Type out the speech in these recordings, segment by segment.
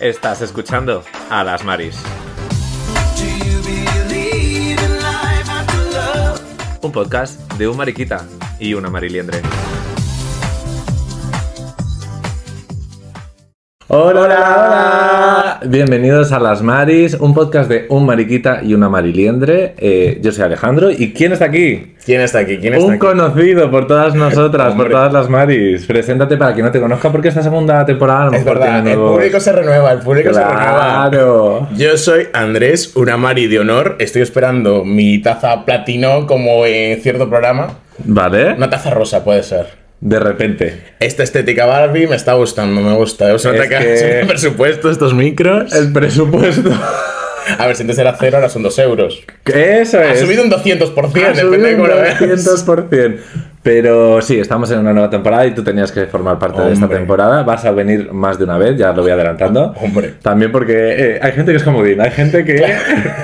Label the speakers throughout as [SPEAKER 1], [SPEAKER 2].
[SPEAKER 1] Estás escuchando a las Maris. Un podcast de un mariquita y una mariliendre.
[SPEAKER 2] Hola,
[SPEAKER 1] Hola.
[SPEAKER 2] hola, bienvenidos a Las Maris, un podcast de un mariquita y una mariliendre. Eh, yo soy Alejandro y ¿quién está aquí?
[SPEAKER 3] ¿Quién está aquí? ¿Quién está
[SPEAKER 2] Un
[SPEAKER 3] aquí?
[SPEAKER 2] conocido por todas nosotras, por
[SPEAKER 3] Hombre.
[SPEAKER 2] todas las Maris. Preséntate para quien no te conozca porque esta segunda temporada a lo
[SPEAKER 3] Es
[SPEAKER 2] mejor
[SPEAKER 3] verdad,
[SPEAKER 2] tiene
[SPEAKER 3] el
[SPEAKER 2] nuevos-
[SPEAKER 3] público se renueva, el público se renueva.
[SPEAKER 2] Claro.
[SPEAKER 3] Yo soy Andrés, una Mari de honor. Estoy esperando mi taza platino como en cierto programa.
[SPEAKER 2] Vale.
[SPEAKER 3] Una taza rosa puede ser.
[SPEAKER 2] De repente.
[SPEAKER 3] Esta estética Barbie me está gustando, me gusta. Se nota
[SPEAKER 2] Es
[SPEAKER 3] que
[SPEAKER 2] que-
[SPEAKER 3] es un presupuesto estos micros.
[SPEAKER 2] El presupuesto.
[SPEAKER 3] A ver, si antes era cero, ahora son dos euros.
[SPEAKER 2] Eso
[SPEAKER 3] Ha
[SPEAKER 2] es.
[SPEAKER 3] subido un 200%,
[SPEAKER 2] Ha
[SPEAKER 3] depende de
[SPEAKER 2] subido
[SPEAKER 3] cómo lo veas.
[SPEAKER 2] un 200%. Pero sí, estamos en una nueva temporada y tú tenías que formar parte de esta
[SPEAKER 3] Hombre.
[SPEAKER 2] temporada. Vas a venir más de una vez, ya lo voy adelantando.
[SPEAKER 3] Hombre.
[SPEAKER 2] También porque eh, hay gente que es comodín, hay gente que...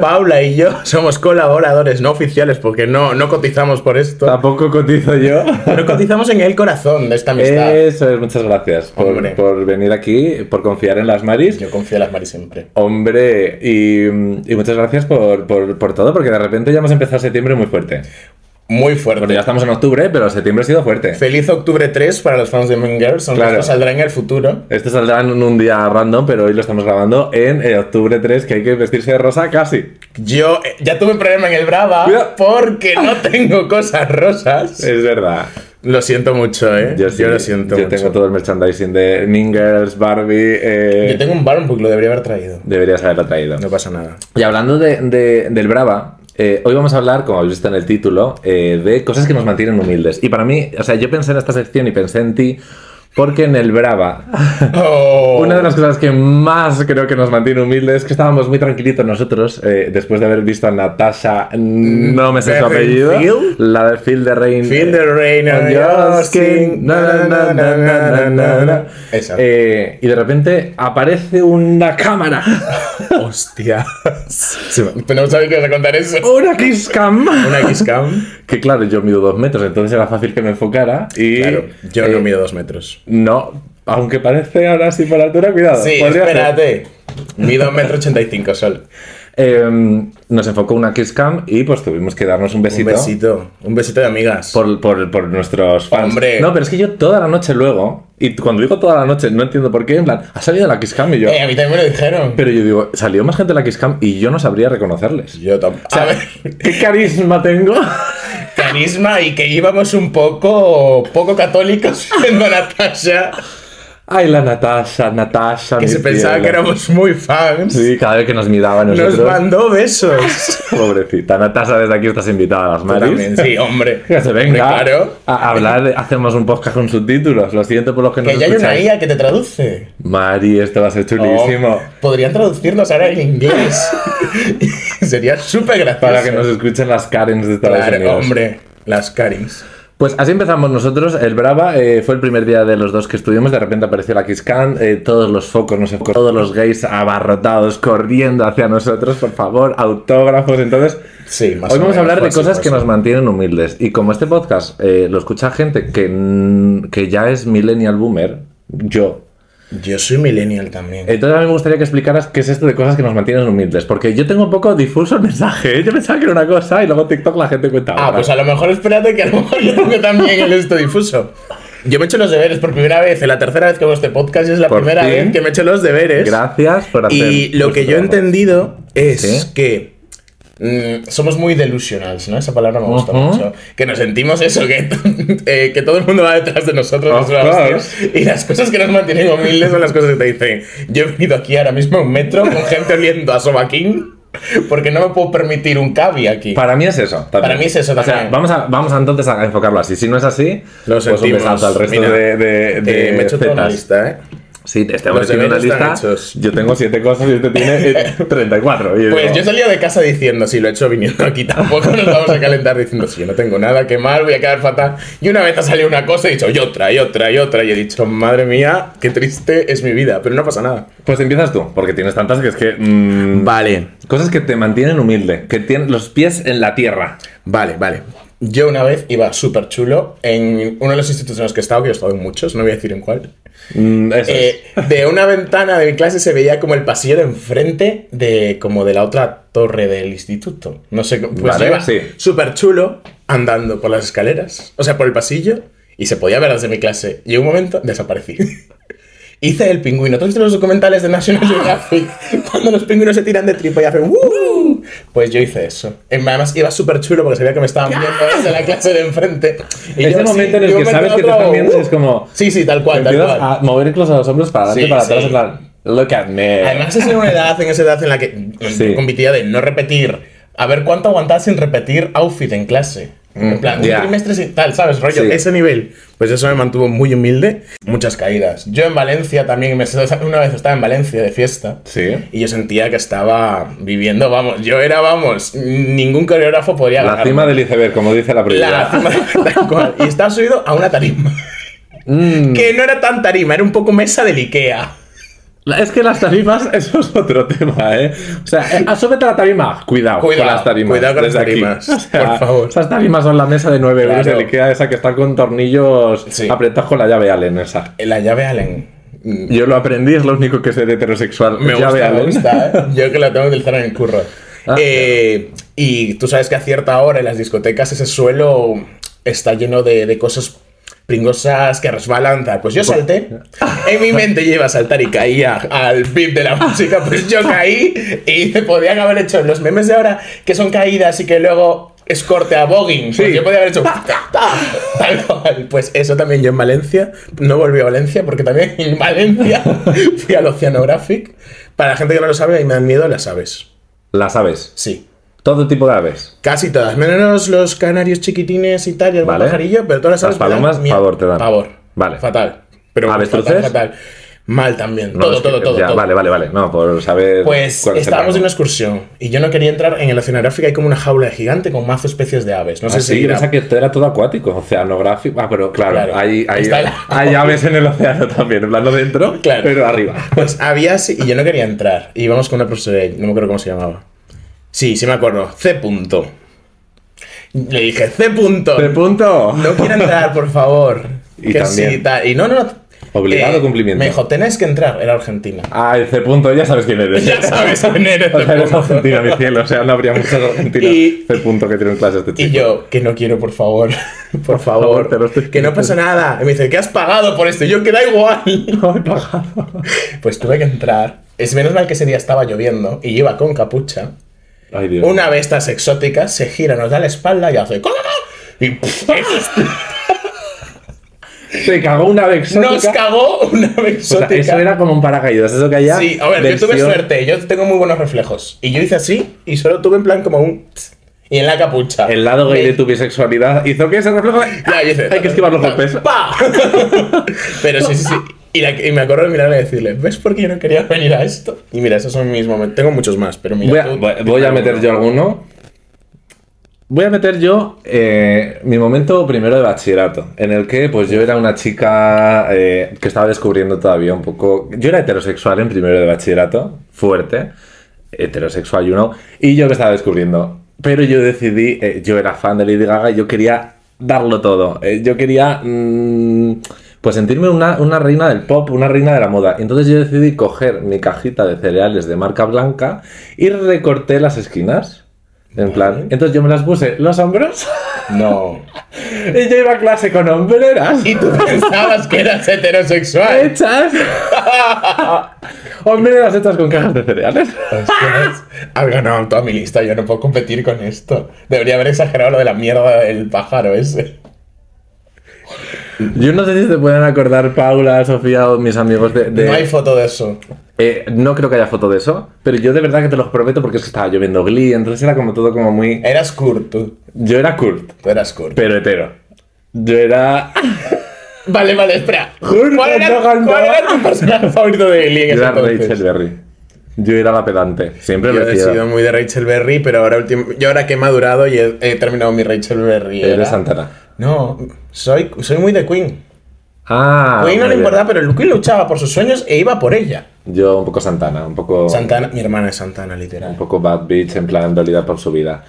[SPEAKER 3] Paula y yo somos colaboradores no oficiales porque no, no cotizamos por esto.
[SPEAKER 2] Tampoco cotizo yo.
[SPEAKER 3] No cotizamos en el corazón de esta amistad.
[SPEAKER 2] Eso es, muchas gracias por,
[SPEAKER 3] Hombre.
[SPEAKER 2] por venir aquí, por confiar en las Maris.
[SPEAKER 3] Yo confío en las Mari siempre.
[SPEAKER 2] Hombre, y, y muchas gracias por, por- por todo, porque de repente ya hemos empezado septiembre muy fuerte.
[SPEAKER 3] Muy fuerte.
[SPEAKER 2] Bueno, ya estamos en octubre, pero septiembre ha sido fuerte.
[SPEAKER 3] Feliz octubre 3 para los fans de Mean Girls, aunque
[SPEAKER 2] Claro.
[SPEAKER 3] esto saldrá en el futuro.
[SPEAKER 2] Esto saldrá en un día random, pero hoy lo estamos grabando en eh, octubre 3, que hay que vestirse de rosa casi.
[SPEAKER 3] Yo eh, ya tuve un problema en el Brava
[SPEAKER 2] Cuidado.
[SPEAKER 3] porque no tengo cosas rosas.
[SPEAKER 2] Es verdad.
[SPEAKER 3] Lo siento mucho, ¿eh? Yo,
[SPEAKER 2] sí,
[SPEAKER 3] lo siento
[SPEAKER 2] Yo
[SPEAKER 3] mucho.
[SPEAKER 2] tengo todo el merchandising de Mingers, Barbie. eh,
[SPEAKER 3] Yo tengo un Barn Book, lo debería haber traído.
[SPEAKER 2] Deberías haberlo traído.
[SPEAKER 3] No pasa nada.
[SPEAKER 2] Y hablando de- de- del Brava, eh, hoy vamos a hablar, como habéis visto en el título, eh, de cosas que nos mantienen humildes. Y para mí, o sea, yo pensé en esta sección y pensé en ti, porque en el Brava,
[SPEAKER 3] Oh.
[SPEAKER 2] Una de las cosas que más creo que nos mantiene humildes es que estábamos muy tranquilitos nosotros eh, después de haber visto a Natasha, Mm, no me sé su apellido,
[SPEAKER 3] Berenfield.
[SPEAKER 2] la de Phil the Rain.
[SPEAKER 3] Feel the rain
[SPEAKER 2] eh,
[SPEAKER 3] on your skin.
[SPEAKER 2] na, na, na, na, na, na, na.
[SPEAKER 3] Esa.
[SPEAKER 2] Eh, y de repente aparece una cámara,
[SPEAKER 3] Hostia. Sí, me- Pero no sabía que ibas a contar eso.
[SPEAKER 2] una Kisscam.
[SPEAKER 3] Una X-Cam.
[SPEAKER 2] Que claro, yo mido dos metros, entonces era fácil que me enfocara. Y,
[SPEAKER 3] Claro, yo no
[SPEAKER 2] eh,
[SPEAKER 3] mido dos metros.
[SPEAKER 2] No, aunque parece ahora así por altura, cuidado.
[SPEAKER 3] Sí,
[SPEAKER 2] podría ser.
[SPEAKER 3] espérate. Mido 1,85 m sol.
[SPEAKER 2] Eh, nos enfocó una Kisscam y pues tuvimos que darnos un
[SPEAKER 3] Un
[SPEAKER 2] besito.
[SPEAKER 3] besito. Un besito de amigas.
[SPEAKER 2] Por, por- por nuestros fans.
[SPEAKER 3] Hombre.
[SPEAKER 2] No, pero es que yo toda la noche luego, y cuando digo toda la noche, no entiendo por qué, en plan, ha salido la Kisscam y yo.
[SPEAKER 3] Eh, a mí también me lo dijeron.
[SPEAKER 2] Pero yo digo, salió más gente de la Kisscam y yo no sabría reconocerles.
[SPEAKER 3] Yo tampoco.
[SPEAKER 2] O sea,
[SPEAKER 3] A ver,
[SPEAKER 2] ¿Qué carisma tengo?
[SPEAKER 3] carisma y que íbamos un poco poco católicos viendo a Natasha,
[SPEAKER 2] Ay, la Natasha, Natasha.
[SPEAKER 3] que
[SPEAKER 2] mi
[SPEAKER 3] se pensaba
[SPEAKER 2] cielo.
[SPEAKER 3] que éramos muy fans.
[SPEAKER 2] Sí, cada vez que nos miraba a
[SPEAKER 3] Nos
[SPEAKER 2] nosotros.
[SPEAKER 3] mandó besos.
[SPEAKER 2] Pobrecita, Natasha, desde aquí estás invitada a las
[SPEAKER 3] Tú
[SPEAKER 2] Maris.
[SPEAKER 3] también, sí, hombre.
[SPEAKER 2] Que se venga
[SPEAKER 3] Hombre, Claro.
[SPEAKER 2] a hablar, de- hacemos un podcast con subtítulos. Lo siguiente por los que nos
[SPEAKER 3] Que ya hay una
[SPEAKER 2] escucháis.
[SPEAKER 3] IA que te traduce.
[SPEAKER 2] Mari, esto va a ser chulísimo.
[SPEAKER 3] Oh, podrían traducirnos ahora en inglés. Sería súper gracioso.
[SPEAKER 2] Para que nos escuchen las Karens de Estados
[SPEAKER 3] Claro,
[SPEAKER 2] Unidos.
[SPEAKER 3] hombre. Las Karins.
[SPEAKER 2] Pues así empezamos nosotros. El Brava eh, fue el primer día de los dos que estuvimos. De repente apareció la Kisscan. eh, todos los focos, no sé, todos los gays abarrotados corriendo hacia nosotros. Por favor, autógrafos. Entonces,
[SPEAKER 3] Sí, más
[SPEAKER 2] hoy
[SPEAKER 3] o
[SPEAKER 2] vamos a
[SPEAKER 3] menos,
[SPEAKER 2] hablar de
[SPEAKER 3] fue así,
[SPEAKER 2] cosas
[SPEAKER 3] fue
[SPEAKER 2] que
[SPEAKER 3] así.
[SPEAKER 2] nos mantienen humildes. Y como este podcast eh, lo escucha gente que, mm, que ya es millennial boomer, yo,
[SPEAKER 3] Yo soy millennial también.
[SPEAKER 2] Entonces a mí me gustaría que explicaras qué es esto de cosas que nos mantienen humildes, porque yo tengo un poco difuso el mensaje, ¿eh? yo pensaba que era una cosa y luego en TikTok la gente cuenta
[SPEAKER 3] Ah,
[SPEAKER 2] otra.
[SPEAKER 3] pues a lo mejor espérate que a lo mejor yo tengo también el esto difuso. Yo me he hecho los deberes por primera vez, es la tercera vez que hago este podcast y es la
[SPEAKER 2] Por
[SPEAKER 3] primera
[SPEAKER 2] fin.
[SPEAKER 3] vez que me he hecho los deberes.
[SPEAKER 2] Gracias por hacer.
[SPEAKER 3] Y lo
[SPEAKER 2] vuestro
[SPEAKER 3] que yo he
[SPEAKER 2] trabajo.
[SPEAKER 3] entendido es
[SPEAKER 2] ¿Sí?
[SPEAKER 3] que mm, somos muy delusionals, ¿no? Esa palabra me gusta
[SPEAKER 2] Ujú.
[SPEAKER 3] mucho. Que nos sentimos eso, que, eh, que todo el mundo va detrás de nosotros.
[SPEAKER 2] Of
[SPEAKER 3] nos va a hostias.
[SPEAKER 2] course.
[SPEAKER 3] y las cosas que nos mantienen humildes son las cosas que te dicen. Yo he venido aquí ahora mismo a un metro con gente oliendo a sobaquín porque no me puedo permitir un cavi aquí.
[SPEAKER 2] Para mí es eso. también.
[SPEAKER 3] Para mí es eso
[SPEAKER 2] O sea,
[SPEAKER 3] también.
[SPEAKER 2] vamos, a, vamos a entonces a enfocarlo así. Si no es así,
[SPEAKER 3] Lo
[SPEAKER 2] pues un
[SPEAKER 3] sentimos.
[SPEAKER 2] besazo al resto
[SPEAKER 3] Mira,
[SPEAKER 2] de, de, de
[SPEAKER 3] Eh, me he hecho toda una
[SPEAKER 2] zetas.
[SPEAKER 3] lista, ¿eh?
[SPEAKER 2] Sí, este hombre
[SPEAKER 3] Los
[SPEAKER 2] tiene una
[SPEAKER 3] deberes
[SPEAKER 2] lista.
[SPEAKER 3] están hechos.
[SPEAKER 2] Yo tengo siete cosas y este tiene eh, 34. Y
[SPEAKER 3] Pues
[SPEAKER 2] digo,
[SPEAKER 3] yo salía de casa diciendo, si lo he hecho viniendo aquí tampoco nos vamos a calentar diciendo, si yo no tengo nada que mal, voy a quedar fatal. Y una vez ha salido una cosa y he dicho, y otra, y otra, y otra, y he dicho, madre mía, qué triste es mi vida, pero no pasa nada.
[SPEAKER 2] Pues empiezas tú, porque tienes tantas que es que. mm,
[SPEAKER 3] Vale,
[SPEAKER 2] Cosas que te mantienen humilde, que tienen los pies en la tierra.
[SPEAKER 3] vale, vale. Yo una vez iba súper chulo en uno de los institutos en los que he estado, que he estado en muchos, no voy a decir en cuál.
[SPEAKER 2] Mm, eso
[SPEAKER 3] Eh, de una ventana de mi clase se veía como el pasillo de enfrente de como de la otra torre del instituto. No sé, cómo- pues
[SPEAKER 2] Vale,
[SPEAKER 3] iba
[SPEAKER 2] sí.
[SPEAKER 3] súper chulo andando por las escaleras, o sea, por el pasillo, y se podía ver desde mi clase. Y en un momento desaparecí. Hice el pingüino. ¿Tú has visto los documentales de National Geographic? Cuando los pingüinos se tiran de tripa y hacen ¡Woo! Pues yo hice eso. Eh, Además, iba súper chulo porque sabía que me estaban viendo desde la clase de enfrente. Y
[SPEAKER 2] es
[SPEAKER 3] yo
[SPEAKER 2] el
[SPEAKER 3] así,
[SPEAKER 2] momento en
[SPEAKER 3] de
[SPEAKER 2] el que
[SPEAKER 3] un momento
[SPEAKER 2] sabes
[SPEAKER 3] a
[SPEAKER 2] que te
[SPEAKER 3] otro,
[SPEAKER 2] están viendo y
[SPEAKER 3] ¡uh!
[SPEAKER 2] es como.
[SPEAKER 3] Sí, sí, tal cual, tal
[SPEAKER 2] Empiezas
[SPEAKER 3] cual.
[SPEAKER 2] a mover incluso los hombros para adelante y
[SPEAKER 3] Sí,
[SPEAKER 2] para atrás,
[SPEAKER 3] sí.
[SPEAKER 2] en plan, look at me.
[SPEAKER 3] Además es en una edad, en esa edad en la que
[SPEAKER 2] Sí.
[SPEAKER 3] yo competía de no repetir. A ver cuánto aguantás sin repetir outfit en clase. En plan,
[SPEAKER 2] Mm, ya.
[SPEAKER 3] un trimestre sin tal, ¿sabes? Rollo,
[SPEAKER 2] Sí.
[SPEAKER 3] ese nivel. Pues eso me mantuvo muy humilde. Muchas caídas. Yo en Valencia también, me- una vez estaba en Valencia de fiesta.
[SPEAKER 2] Sí.
[SPEAKER 3] Y yo sentía que estaba viviendo, vamos, yo era, vamos, ningún coreógrafo podía
[SPEAKER 2] La
[SPEAKER 3] ganarme.
[SPEAKER 2] cima del iceberg, como dice la
[SPEAKER 3] La
[SPEAKER 2] prioridad.
[SPEAKER 3] cima de- tal cual. Y estaba subido a una tarima.
[SPEAKER 2] Mm,
[SPEAKER 3] Que no era tan tarima, era un poco mesa del Ikea.
[SPEAKER 2] Es que las tarimas, eso es otro tema, ¿eh? O sea, eh, súbete a la tarima. Cuidado,
[SPEAKER 3] Cuidado,
[SPEAKER 2] con las tarimas.
[SPEAKER 3] cuidado con las
[SPEAKER 2] desde aquí.
[SPEAKER 3] tarimas,
[SPEAKER 2] O sea,
[SPEAKER 3] por favor.
[SPEAKER 2] Esas tarimas son la mesa de 9 euros
[SPEAKER 3] Claro.
[SPEAKER 2] de Ikea, esa que está con tornillos
[SPEAKER 3] Sí.
[SPEAKER 2] apretados con la llave Allen, esa.
[SPEAKER 3] La llave Allen.
[SPEAKER 2] Yo lo aprendí, es lo único que sé de heterosexual.
[SPEAKER 3] Me
[SPEAKER 2] llave
[SPEAKER 3] gusta, me
[SPEAKER 2] Allen.
[SPEAKER 3] gusta, ¿eh? Yo que la tengo que utilizar en el curro.
[SPEAKER 2] Ah,
[SPEAKER 3] Eh, y tú sabes que a cierta hora en las discotecas ese suelo está lleno de, de cosas pringosas que resbalan. tal. Pues yo salté. En mi mente yo iba a saltar y caía al beat de la música. Pues yo caí y te podían haber hecho los memes de ahora que son caídas y que luego es corte a bogging. Pues
[SPEAKER 2] Sí.
[SPEAKER 3] yo podía haber hecho ta, ta, tal cual. Pues eso también yo en Valencia. No volví a Valencia porque también en Valencia fui al Oceanographic. Para la gente que no lo sabe, ahí me dan miedo las aves.
[SPEAKER 2] Las aves.
[SPEAKER 3] Sí.
[SPEAKER 2] Todo tipo de aves.
[SPEAKER 3] Casi todas, menos los canarios chiquitines y tal, y algún
[SPEAKER 2] Vale.
[SPEAKER 3] pajarillo, pero todas las
[SPEAKER 2] Las
[SPEAKER 3] aves me dan
[SPEAKER 2] palomas,
[SPEAKER 3] miedo.
[SPEAKER 2] pavor te dan.
[SPEAKER 3] Pavor.
[SPEAKER 2] Vale.
[SPEAKER 3] Fatal. Pero
[SPEAKER 2] ¿Avestruces?
[SPEAKER 3] fatal, fatal. Mal también.
[SPEAKER 2] No,
[SPEAKER 3] todo,
[SPEAKER 2] es que-
[SPEAKER 3] todo, todo,
[SPEAKER 2] ya,
[SPEAKER 3] todo.
[SPEAKER 2] Vale, vale, vale. No, por saber.
[SPEAKER 3] Pues
[SPEAKER 2] cuál es el
[SPEAKER 3] estábamos en
[SPEAKER 2] rango.
[SPEAKER 3] una excursión y yo no quería entrar en el oceanográfico. Hay como una jaula gigante con mazo especies de aves. No
[SPEAKER 2] Ah,
[SPEAKER 3] sé
[SPEAKER 2] sí,
[SPEAKER 3] si.
[SPEAKER 2] yo
[SPEAKER 3] era-
[SPEAKER 2] pensaba que esto era todo acuático, oceanográfico. Ah, pero claro,
[SPEAKER 3] Claro.
[SPEAKER 2] hay, hay,
[SPEAKER 3] Está el-
[SPEAKER 2] hay aves en el océano también, en plan no dentro,
[SPEAKER 3] Claro.
[SPEAKER 2] pero arriba.
[SPEAKER 3] Pues había así, y yo no quería entrar. Y íbamos con una profesora, no me acuerdo cómo se llamaba. Sí, sí me acuerdo. C. Punto. Le dije, C. Punto.
[SPEAKER 2] De punto.
[SPEAKER 3] No quiero entrar, por favor.
[SPEAKER 2] Y
[SPEAKER 3] que
[SPEAKER 2] también.
[SPEAKER 3] sí, tal. Y no, no, no.
[SPEAKER 2] Obligado
[SPEAKER 3] Eh,
[SPEAKER 2] cumplimiento.
[SPEAKER 3] Me dijo, tenéis que entrar. Era Argentina.
[SPEAKER 2] Ah, el C punto, ya sabes quién eres.
[SPEAKER 3] Ya sabes quién este eres,
[SPEAKER 2] O sea, eres
[SPEAKER 3] C.
[SPEAKER 2] argentina, mi cielo. O sea, no habría muchos argentinos
[SPEAKER 3] Y-
[SPEAKER 2] C punto que tienen clases de chico.
[SPEAKER 3] Y yo, que no quiero, por favor.
[SPEAKER 2] favor,
[SPEAKER 3] Por favor,
[SPEAKER 2] te lo estoy
[SPEAKER 3] que no pasa nada. Y me dice, ¿qué has pagado por esto? Y yo, que da igual.
[SPEAKER 2] No he pagado.
[SPEAKER 3] Pues tuve que entrar. Es menos mal que ese día estaba lloviendo y yo iba con capucha.
[SPEAKER 2] Ay, Dios.
[SPEAKER 3] Una vez estas exóticas se gira, nos da la espalda y hace. "¡Cola, cola!" Y pff,
[SPEAKER 2] Se cagó una ave exótica.
[SPEAKER 3] nos cagó una ave
[SPEAKER 2] O sea,
[SPEAKER 3] exótica.
[SPEAKER 2] eso era como un paracaídas, eso que allá.
[SPEAKER 3] Sí, a ver, yo tuve suerte, yo tengo muy buenos reflejos. Y yo hice así y solo tuve en plan como un. tss, Y en la capucha.
[SPEAKER 2] El lado gay
[SPEAKER 3] Me-
[SPEAKER 2] de tu bisexualidad hizo que ese reflejo.
[SPEAKER 3] Ya, yo hice,
[SPEAKER 2] Hay que esquivar los golpes.
[SPEAKER 3] ¡Pa! Pero sí, sí, sí. Y, la- y me acuerdo de mirarle y decirle, ¿ves por qué yo no quería venir a esto? Y mira, esos son mis momentos. Tengo muchos más, pero mira.
[SPEAKER 2] Voy a,
[SPEAKER 3] tú-
[SPEAKER 2] voy- voy a meter yo alguno. Voy a meter yo eh, mi momento primero de bachillerato, en el que pues yo era una chica eh, que estaba descubriendo todavía un poco. Yo era heterosexual en primero de bachillerato, fuerte, heterosexual, you know, y yo me estaba descubriendo. Pero yo decidí, eh, yo era fan de Lady Gaga y yo quería darlo todo. Eh, yo quería mm, pues sentirme una, una reina del pop, una reina de la moda. Entonces yo decidí coger mi cajita de cereales de marca blanca y recorté las esquinas. En plan, entonces yo me las puse los hombros
[SPEAKER 3] No.
[SPEAKER 2] y yo iba a clase con hombreras
[SPEAKER 3] Y tú pensabas que eras heterosexual.
[SPEAKER 2] hechas. hombreras hechas con cajas de cereales.
[SPEAKER 3] Ostras, Has ganado toda mi lista, yo no puedo competir con esto. Debería haber exagerado lo de la mierda del pájaro ese.
[SPEAKER 2] Yo no sé si se pueden acordar Paula, Sofía o mis amigos de... de-
[SPEAKER 3] No hay foto de eso.
[SPEAKER 2] Eh, no creo que haya foto de eso, pero yo de verdad que te los prometo porque es que estaba lloviendo Glee, entonces era como todo como muy...
[SPEAKER 3] Eras Kurt, tú.
[SPEAKER 2] Yo era Kurt,
[SPEAKER 3] Tú eras Kurt.
[SPEAKER 2] pero hetero. Yo era...
[SPEAKER 3] Vale, vale, espera.
[SPEAKER 2] Kurt
[SPEAKER 3] ¿Cuál era,
[SPEAKER 2] Logan, no.
[SPEAKER 3] cuál era tu personaje favorito de Glee en
[SPEAKER 2] Yo
[SPEAKER 3] ese
[SPEAKER 2] era
[SPEAKER 3] entonces?
[SPEAKER 2] Rachel Berry. Yo era la pedante. Siempre lo
[SPEAKER 3] Yo he sido
[SPEAKER 2] decía.
[SPEAKER 3] muy de Rachel Berry, pero ahora, últim- yo ahora que he madurado y he, he terminado mi Rachel Berry. era-
[SPEAKER 2] Eres Santana.
[SPEAKER 3] No, soy, soy muy de Queen.
[SPEAKER 2] Ah.
[SPEAKER 3] Queen no
[SPEAKER 2] muy
[SPEAKER 3] le
[SPEAKER 2] bien.
[SPEAKER 3] importaba, pero el Queen luchaba por sus sueños e iba por ella.
[SPEAKER 2] Yo un poco Santana, un poco...
[SPEAKER 3] Santana, mi hermana es Santana,
[SPEAKER 2] Un
[SPEAKER 3] literal.
[SPEAKER 2] poco bad bitch, en plan dolida por su vida.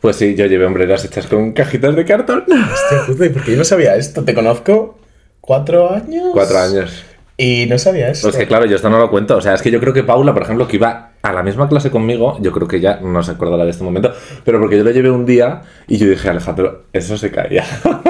[SPEAKER 2] Pues sí, yo llevé hombreras hechas con cajitas de cartón.
[SPEAKER 3] Hostia puta, ¿y por qué yo no sabía esto? ¿Te conozco? ¿Cuatro años?
[SPEAKER 2] Cuatro años.
[SPEAKER 3] Y no sabía eso.
[SPEAKER 2] Pues que claro, yo esto no lo cuento. O sea, es que yo creo que Paula, por ejemplo, que iba a la misma clase conmigo, yo creo que ya no se acordará de este momento, pero porque yo lo llevé un día y yo dije, Alejandro, eso se caía.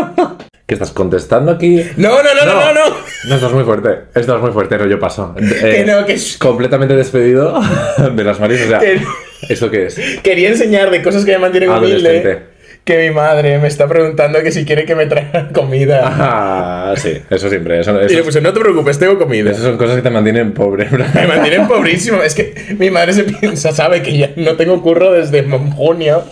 [SPEAKER 2] ¿Qué estás contestando aquí?
[SPEAKER 3] No, no, no, no, no, no.
[SPEAKER 2] No, esto es muy fuerte. Esto es muy fuerte, rollo pasó.
[SPEAKER 3] Que no, que es-
[SPEAKER 2] Eh, Completamente despedido de las maris. O sea,
[SPEAKER 3] Que-
[SPEAKER 2] ¿esto qué es?
[SPEAKER 3] Quería enseñar de cosas que me mantienen humilde.
[SPEAKER 2] Adolescente.
[SPEAKER 3] Que mi madre me está preguntando que si quiere que me traiga comida.
[SPEAKER 2] Ah, sí, eso siempre. Eso,
[SPEAKER 3] Y le
[SPEAKER 2] eso,
[SPEAKER 3] puse, no te preocupes, tengo comida.
[SPEAKER 2] eso son cosas que te mantienen pobre.
[SPEAKER 3] Me mantienen pobrísimo. Es que mi madre se piensa, sabe que ya no tengo curro desde junio.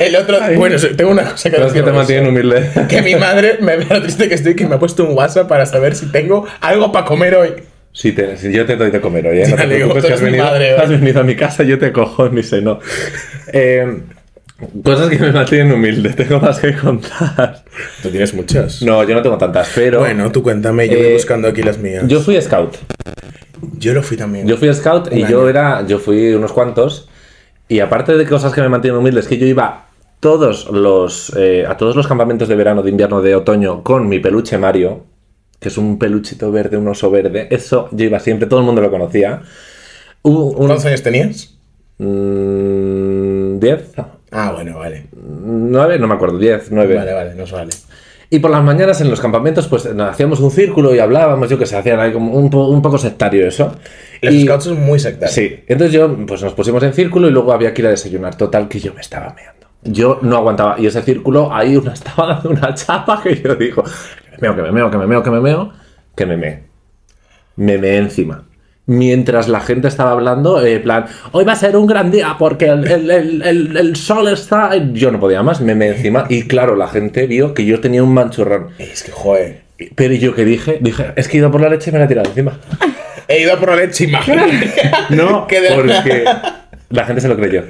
[SPEAKER 3] El otro. Bueno, sí, tengo una cosa que
[SPEAKER 2] Cosas que te
[SPEAKER 3] deciros.
[SPEAKER 2] mantienen humilde.
[SPEAKER 3] Que mi madre me ve lo triste que estoy, que me ha puesto un WhatsApp para saber si tengo algo para comer hoy.
[SPEAKER 2] Si, te, si yo te doy de comer hoy, ¿eh? no
[SPEAKER 3] Ya
[SPEAKER 2] te
[SPEAKER 3] le digo,
[SPEAKER 2] preocupes que
[SPEAKER 3] tú
[SPEAKER 2] has
[SPEAKER 3] eres mi
[SPEAKER 2] venido,
[SPEAKER 3] madre, ¿eh?
[SPEAKER 2] has venido a mi casa, yo te cojo ni sé, no. Eh, cosas que me mantienen humilde, tengo más que contar.
[SPEAKER 3] Tú tienes muchas.
[SPEAKER 2] No, yo no tengo tantas, pero
[SPEAKER 3] Bueno, tú cuéntame, yo
[SPEAKER 2] Eh,
[SPEAKER 3] voy buscando aquí las mías.
[SPEAKER 2] yo fui scout.
[SPEAKER 3] Yo lo fui también.
[SPEAKER 2] Yo fui scout y
[SPEAKER 3] Un
[SPEAKER 2] yo
[SPEAKER 3] año.
[SPEAKER 2] era, yo fui unos cuantos. Y aparte de cosas que me mantienen humilde, es que yo iba todos los, eh, a todos los campamentos de verano, de invierno, de otoño con mi peluche Mario, que es un peluchito verde, un oso verde. Eso yo iba siempre, todo el mundo lo conocía. Hubo un,
[SPEAKER 3] ¿Cuántos años tenías?
[SPEAKER 2] Mm, 10,
[SPEAKER 3] Ah, bueno, vale.
[SPEAKER 2] 9, no me acuerdo, 10, 9.
[SPEAKER 3] Vale, vale, nos vale.
[SPEAKER 2] Y por las mañanas en los campamentos, pues nos hacíamos un círculo y hablábamos, yo que sé, hacían ahí como un, po- un poco sectario eso.
[SPEAKER 3] Los
[SPEAKER 2] Y-
[SPEAKER 3] scouts son muy sectarios.
[SPEAKER 2] Sí, entonces yo, pues nos pusimos en círculo y luego había que ir a desayunar. Total, que yo me estaba meando. Yo no aguantaba. Y ese círculo, ahí una estaba dando una chapa que yo digo, que me meo, que me meo, que me meo, que me meo, que me meé. Me meé encima. Mientras la gente estaba hablando, en plan, hoy va a ser un gran día porque el, el- el- el- el sol está... Yo no podía más, me meé encima. Y claro, la gente vio que yo tenía un manchurrón.
[SPEAKER 3] Es que, joder.
[SPEAKER 2] Pero ¿y yo que dije? Dije, es que he ido por la leche y me la he tirado encima.
[SPEAKER 3] He ido a por la leche, imagínate.
[SPEAKER 2] No,
[SPEAKER 3] Que de-
[SPEAKER 2] porque la gente se lo creyó.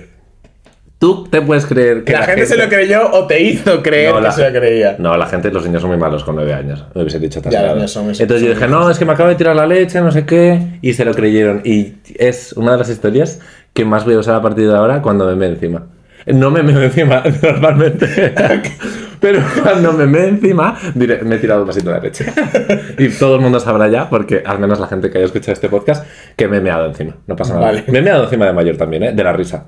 [SPEAKER 2] Tú te puedes creer que
[SPEAKER 3] La, gente, se lo creyó o te hizo creer
[SPEAKER 2] No,
[SPEAKER 3] que
[SPEAKER 2] la-
[SPEAKER 3] se lo creía.
[SPEAKER 2] No, la gente, los niños son muy malos con nueve años. Me hubiese dicho tan
[SPEAKER 3] Ya,
[SPEAKER 2] salado.
[SPEAKER 3] ya son- son-
[SPEAKER 2] Entonces yo
[SPEAKER 3] son-
[SPEAKER 2] dije, no, es que me acabo de tirar la leche, no sé qué. Y se lo creyeron. Y es una de las historias que más voy a usar a partir de ahora cuando me meo encima. No me meo encima, normalmente. Pero cuando me meo encima, diré, me he tirado un vasito de leche. Y todo el mundo sabrá ya, porque al menos la gente que haya escuchado este podcast, que me he meado encima. No pasa nada.
[SPEAKER 3] Vale.
[SPEAKER 2] Me he meado encima de mayor también, ¿eh? De la risa.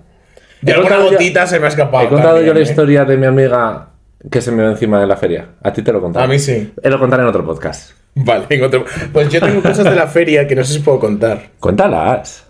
[SPEAKER 3] De
[SPEAKER 2] He
[SPEAKER 3] alguna
[SPEAKER 2] contado ya-
[SPEAKER 3] gotita se me ha escapado.
[SPEAKER 2] He contado
[SPEAKER 3] también,
[SPEAKER 2] yo la
[SPEAKER 3] ¿eh?
[SPEAKER 2] historia de mi amiga que se me dio encima de la feria. A ti te lo contaré.
[SPEAKER 3] A mí sí.
[SPEAKER 2] He lo contaré en otro podcast.
[SPEAKER 3] Vale, en otro- Pues yo tengo cosas de la feria que no sé si puedo contar.
[SPEAKER 2] Cuéntalas.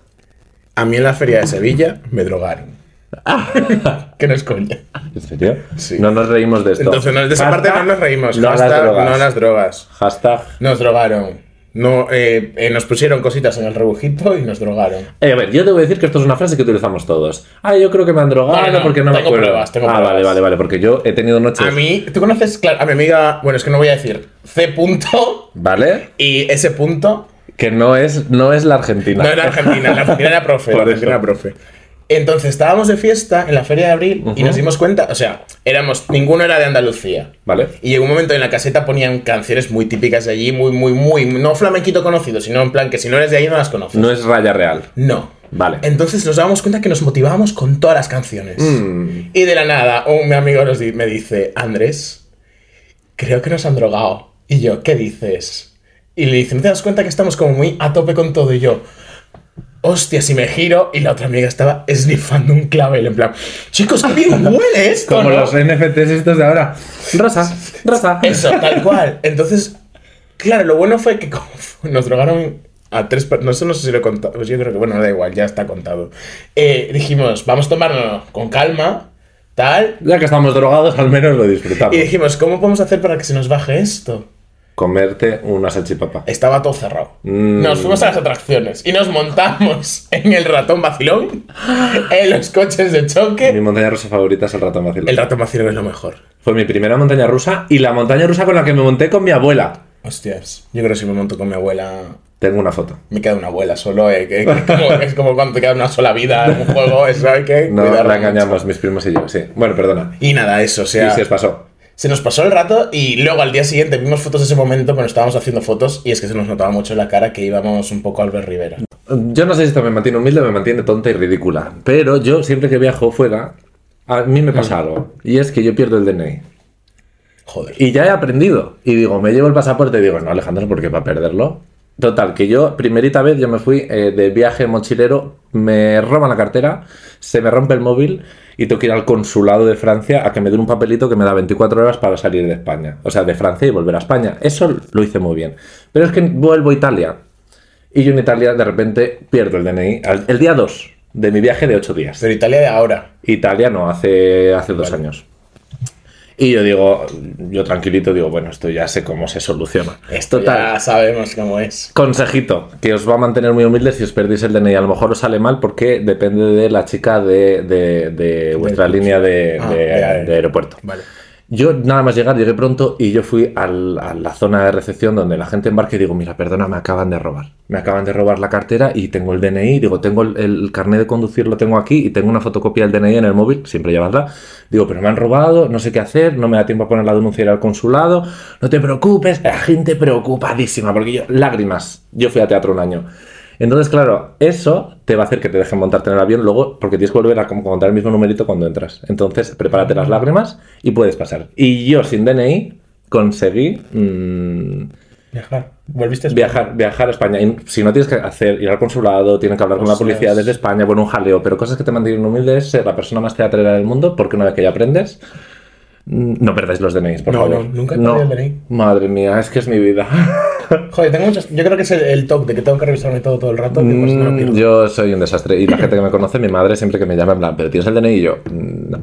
[SPEAKER 3] A mí en la feria de Sevilla me drogaron.
[SPEAKER 2] Ah.
[SPEAKER 3] que no es coña.
[SPEAKER 2] ¿En serio?
[SPEAKER 3] Sí.
[SPEAKER 2] No nos reímos de esto.
[SPEAKER 3] Entonces, no, de esa
[SPEAKER 2] Hashtag
[SPEAKER 3] parte no nos reímos.
[SPEAKER 2] No a las
[SPEAKER 3] Hashtag,
[SPEAKER 2] drogas.
[SPEAKER 3] no a las drogas.
[SPEAKER 2] Hashtag.
[SPEAKER 3] Nos drogaron. No, eh, eh, nos pusieron cositas en el rebujito y nos drogaron.
[SPEAKER 2] Eh, a ver, yo debo decir que esto es una frase que utilizamos todos. Ah, yo creo que me han drogado
[SPEAKER 3] No, no, no.
[SPEAKER 2] porque no me
[SPEAKER 3] Tengo
[SPEAKER 2] acuerdo.
[SPEAKER 3] pruebas, tengo
[SPEAKER 2] ah,
[SPEAKER 3] pruebas.
[SPEAKER 2] vale, vale, vale, porque yo he tenido noches.
[SPEAKER 3] A mí, tú conoces claro, a mi amiga, bueno, es que no voy a decir C. Punto
[SPEAKER 2] ¿Vale?
[SPEAKER 3] y ese punto.
[SPEAKER 2] Que no es, no es la Argentina.
[SPEAKER 3] No era Argentina, la Argentina era profe.
[SPEAKER 2] Por
[SPEAKER 3] la Argentina
[SPEAKER 2] eso.
[SPEAKER 3] era profe. Entonces estábamos de fiesta en la feria de abril y nos dimos cuenta, o sea, éramos, ninguno era de Andalucía.
[SPEAKER 2] ¿Vale?
[SPEAKER 3] Y en un momento en la caseta ponían canciones muy típicas de allí, muy, muy, muy, no flamenquito conocido, sino en plan que si no eres de ahí no las conoces.
[SPEAKER 2] No es raya real.
[SPEAKER 3] No.
[SPEAKER 2] Vale.
[SPEAKER 3] Entonces nos dábamos cuenta que nos motivábamos con todas las canciones.
[SPEAKER 2] Mm.
[SPEAKER 3] Y de la nada, un amigo nos di- me dice, Andrés, creo que nos han drogado. Y yo, ¿qué dices? Y le dice, ¿no te das cuenta que estamos como muy a tope con todo? Y yo, hostia, si me giro. Y la otra amiga estaba esnifando un clavel, en plan, chicos, qué bien huele esto.
[SPEAKER 2] Como
[SPEAKER 3] ¿no?".
[SPEAKER 2] los NFTs estos de ahora. Rosa, rosa.
[SPEAKER 3] Eso, tal cual. Entonces, claro, lo bueno fue que como fu- nos drogaron a tres personas. No sé, no sé si lo he contado. Pues yo creo que, bueno, da igual, ya está contado. Eh, dijimos, vamos a tomárnoslo con calma, tal.
[SPEAKER 2] Ya que estamos drogados, al menos lo disfrutamos.
[SPEAKER 3] Y dijimos, ¿cómo podemos hacer para que se nos baje esto?
[SPEAKER 2] Comerte una salchipapa.
[SPEAKER 3] Estaba todo cerrado.
[SPEAKER 2] Mm.
[SPEAKER 3] Nos fuimos a las atracciones y nos montamos en el ratón vacilón, en los coches de
[SPEAKER 2] Mi
[SPEAKER 3] choque.
[SPEAKER 2] montaña rusa favorita es el ratón vacilón.
[SPEAKER 3] El ratón vacilón es lo mejor.
[SPEAKER 2] Fue mi primera montaña rusa y la montaña rusa con la que me monté con mi abuela.
[SPEAKER 3] Hostias, yo creo que si me monto con mi abuela
[SPEAKER 2] Tengo una foto.
[SPEAKER 3] Me queda una abuela solo, eh, que- que es, como, es como cuando te queda una sola vida en un juego, eso hay que
[SPEAKER 2] No la
[SPEAKER 3] cuidarla mucho.
[SPEAKER 2] engañamos, mis primos y yo, sí. Bueno, perdona.
[SPEAKER 3] Y nada, eso, o
[SPEAKER 2] Y
[SPEAKER 3] sea,
[SPEAKER 2] se os pasó.
[SPEAKER 3] se nos pasó el rato y luego al día siguiente vimos fotos de ese momento, pero estábamos haciendo fotos y es que se nos notaba mucho en la cara que íbamos un poco al Albert Rivera.
[SPEAKER 2] Yo no sé si esto me mantiene humilde o me mantiene tonta y ridícula. Pero yo siempre que viajo fuera, a mí me
[SPEAKER 3] Mm.
[SPEAKER 2] pasa algo. Y es que yo pierdo el DNI.
[SPEAKER 3] Joder.
[SPEAKER 2] Y ya he aprendido. Y digo, me llevo el pasaporte y digo, no, Alejandro, ¿por qué va a perderlo? Total, que yo, primerita vez, yo me fui eh, de viaje mochilero, me roban la cartera, se me rompe el móvil y tengo que ir al consulado de Francia a que me den un papelito que me da 24 horas para salir de España. O sea, de Francia y volver a España. Eso lo hice muy bien. Pero es que vuelvo a Italia. Y yo en Italia de repente pierdo el DNI. al- El día 2 de mi viaje de 8 días.
[SPEAKER 3] Pero Italia de ahora.
[SPEAKER 2] Italia no, hace, hace dos años. Y yo digo, yo tranquilito digo, bueno, esto ya sé cómo se soluciona.
[SPEAKER 3] Esto
[SPEAKER 2] Total.
[SPEAKER 3] ya sabemos cómo es.
[SPEAKER 2] Consejito, que os va a mantener muy humildes si os perdéis el DNI. A lo mejor os sale mal porque depende de la chica de, de- de vuestra
[SPEAKER 3] Del-
[SPEAKER 2] línea de,
[SPEAKER 3] Ah,
[SPEAKER 2] de-
[SPEAKER 3] de-
[SPEAKER 2] de aeropuerto.
[SPEAKER 3] Vale.
[SPEAKER 2] Yo nada más llegar, llegué pronto y yo fui al- a la zona de recepción donde la gente embarca y digo, mira, perdona, me acaban de robar. Me acaban de robar la cartera y tengo el DNI, digo, tengo el, el carnet de conducir, lo tengo aquí y tengo una fotocopia del DNI en el móvil, siempre llevadla. Digo, pero me han robado, no sé qué hacer, no me da tiempo a poner la denuncia y ir al consulado, no te preocupes, la gente preocupadísima, porque yo, lágrimas, yo fui a teatro un año. Entonces, claro, eso te va a hacer que te dejen montarte en el avión luego, porque tienes que volver a como contar el mismo numerito cuando entras. Entonces, prepárate
[SPEAKER 3] Ah.
[SPEAKER 2] las lágrimas y puedes pasar. Y yo, sin DNI, conseguí mm,
[SPEAKER 3] Viajar. ¿Volviste a España?
[SPEAKER 2] viajar, viajar a España. Y si no tienes que hacer, ir al consulado, tienes que hablar con la
[SPEAKER 3] Hostias.
[SPEAKER 2] policía desde España, bueno, un jaleo, pero cosas que te mantienen humilde es ser la persona más teatrera del mundo, porque una vez que ya aprendes, mm, no perdáis los DNIs, por
[SPEAKER 3] No,
[SPEAKER 2] favor.
[SPEAKER 3] no, nunca he perdido el DNI.
[SPEAKER 2] Madre mía, es que es mi vida.
[SPEAKER 3] Joder, tengo muchas. Yo creo que es el, el top de que tengo que revisarme todo todo el rato. que pues, no lo
[SPEAKER 2] Mm,
[SPEAKER 3] pierdo.
[SPEAKER 2] yo soy un desastre y la gente que me conoce, mi madre siempre que me llama en plan, pero tienes el DNI y yo, "Mm, no.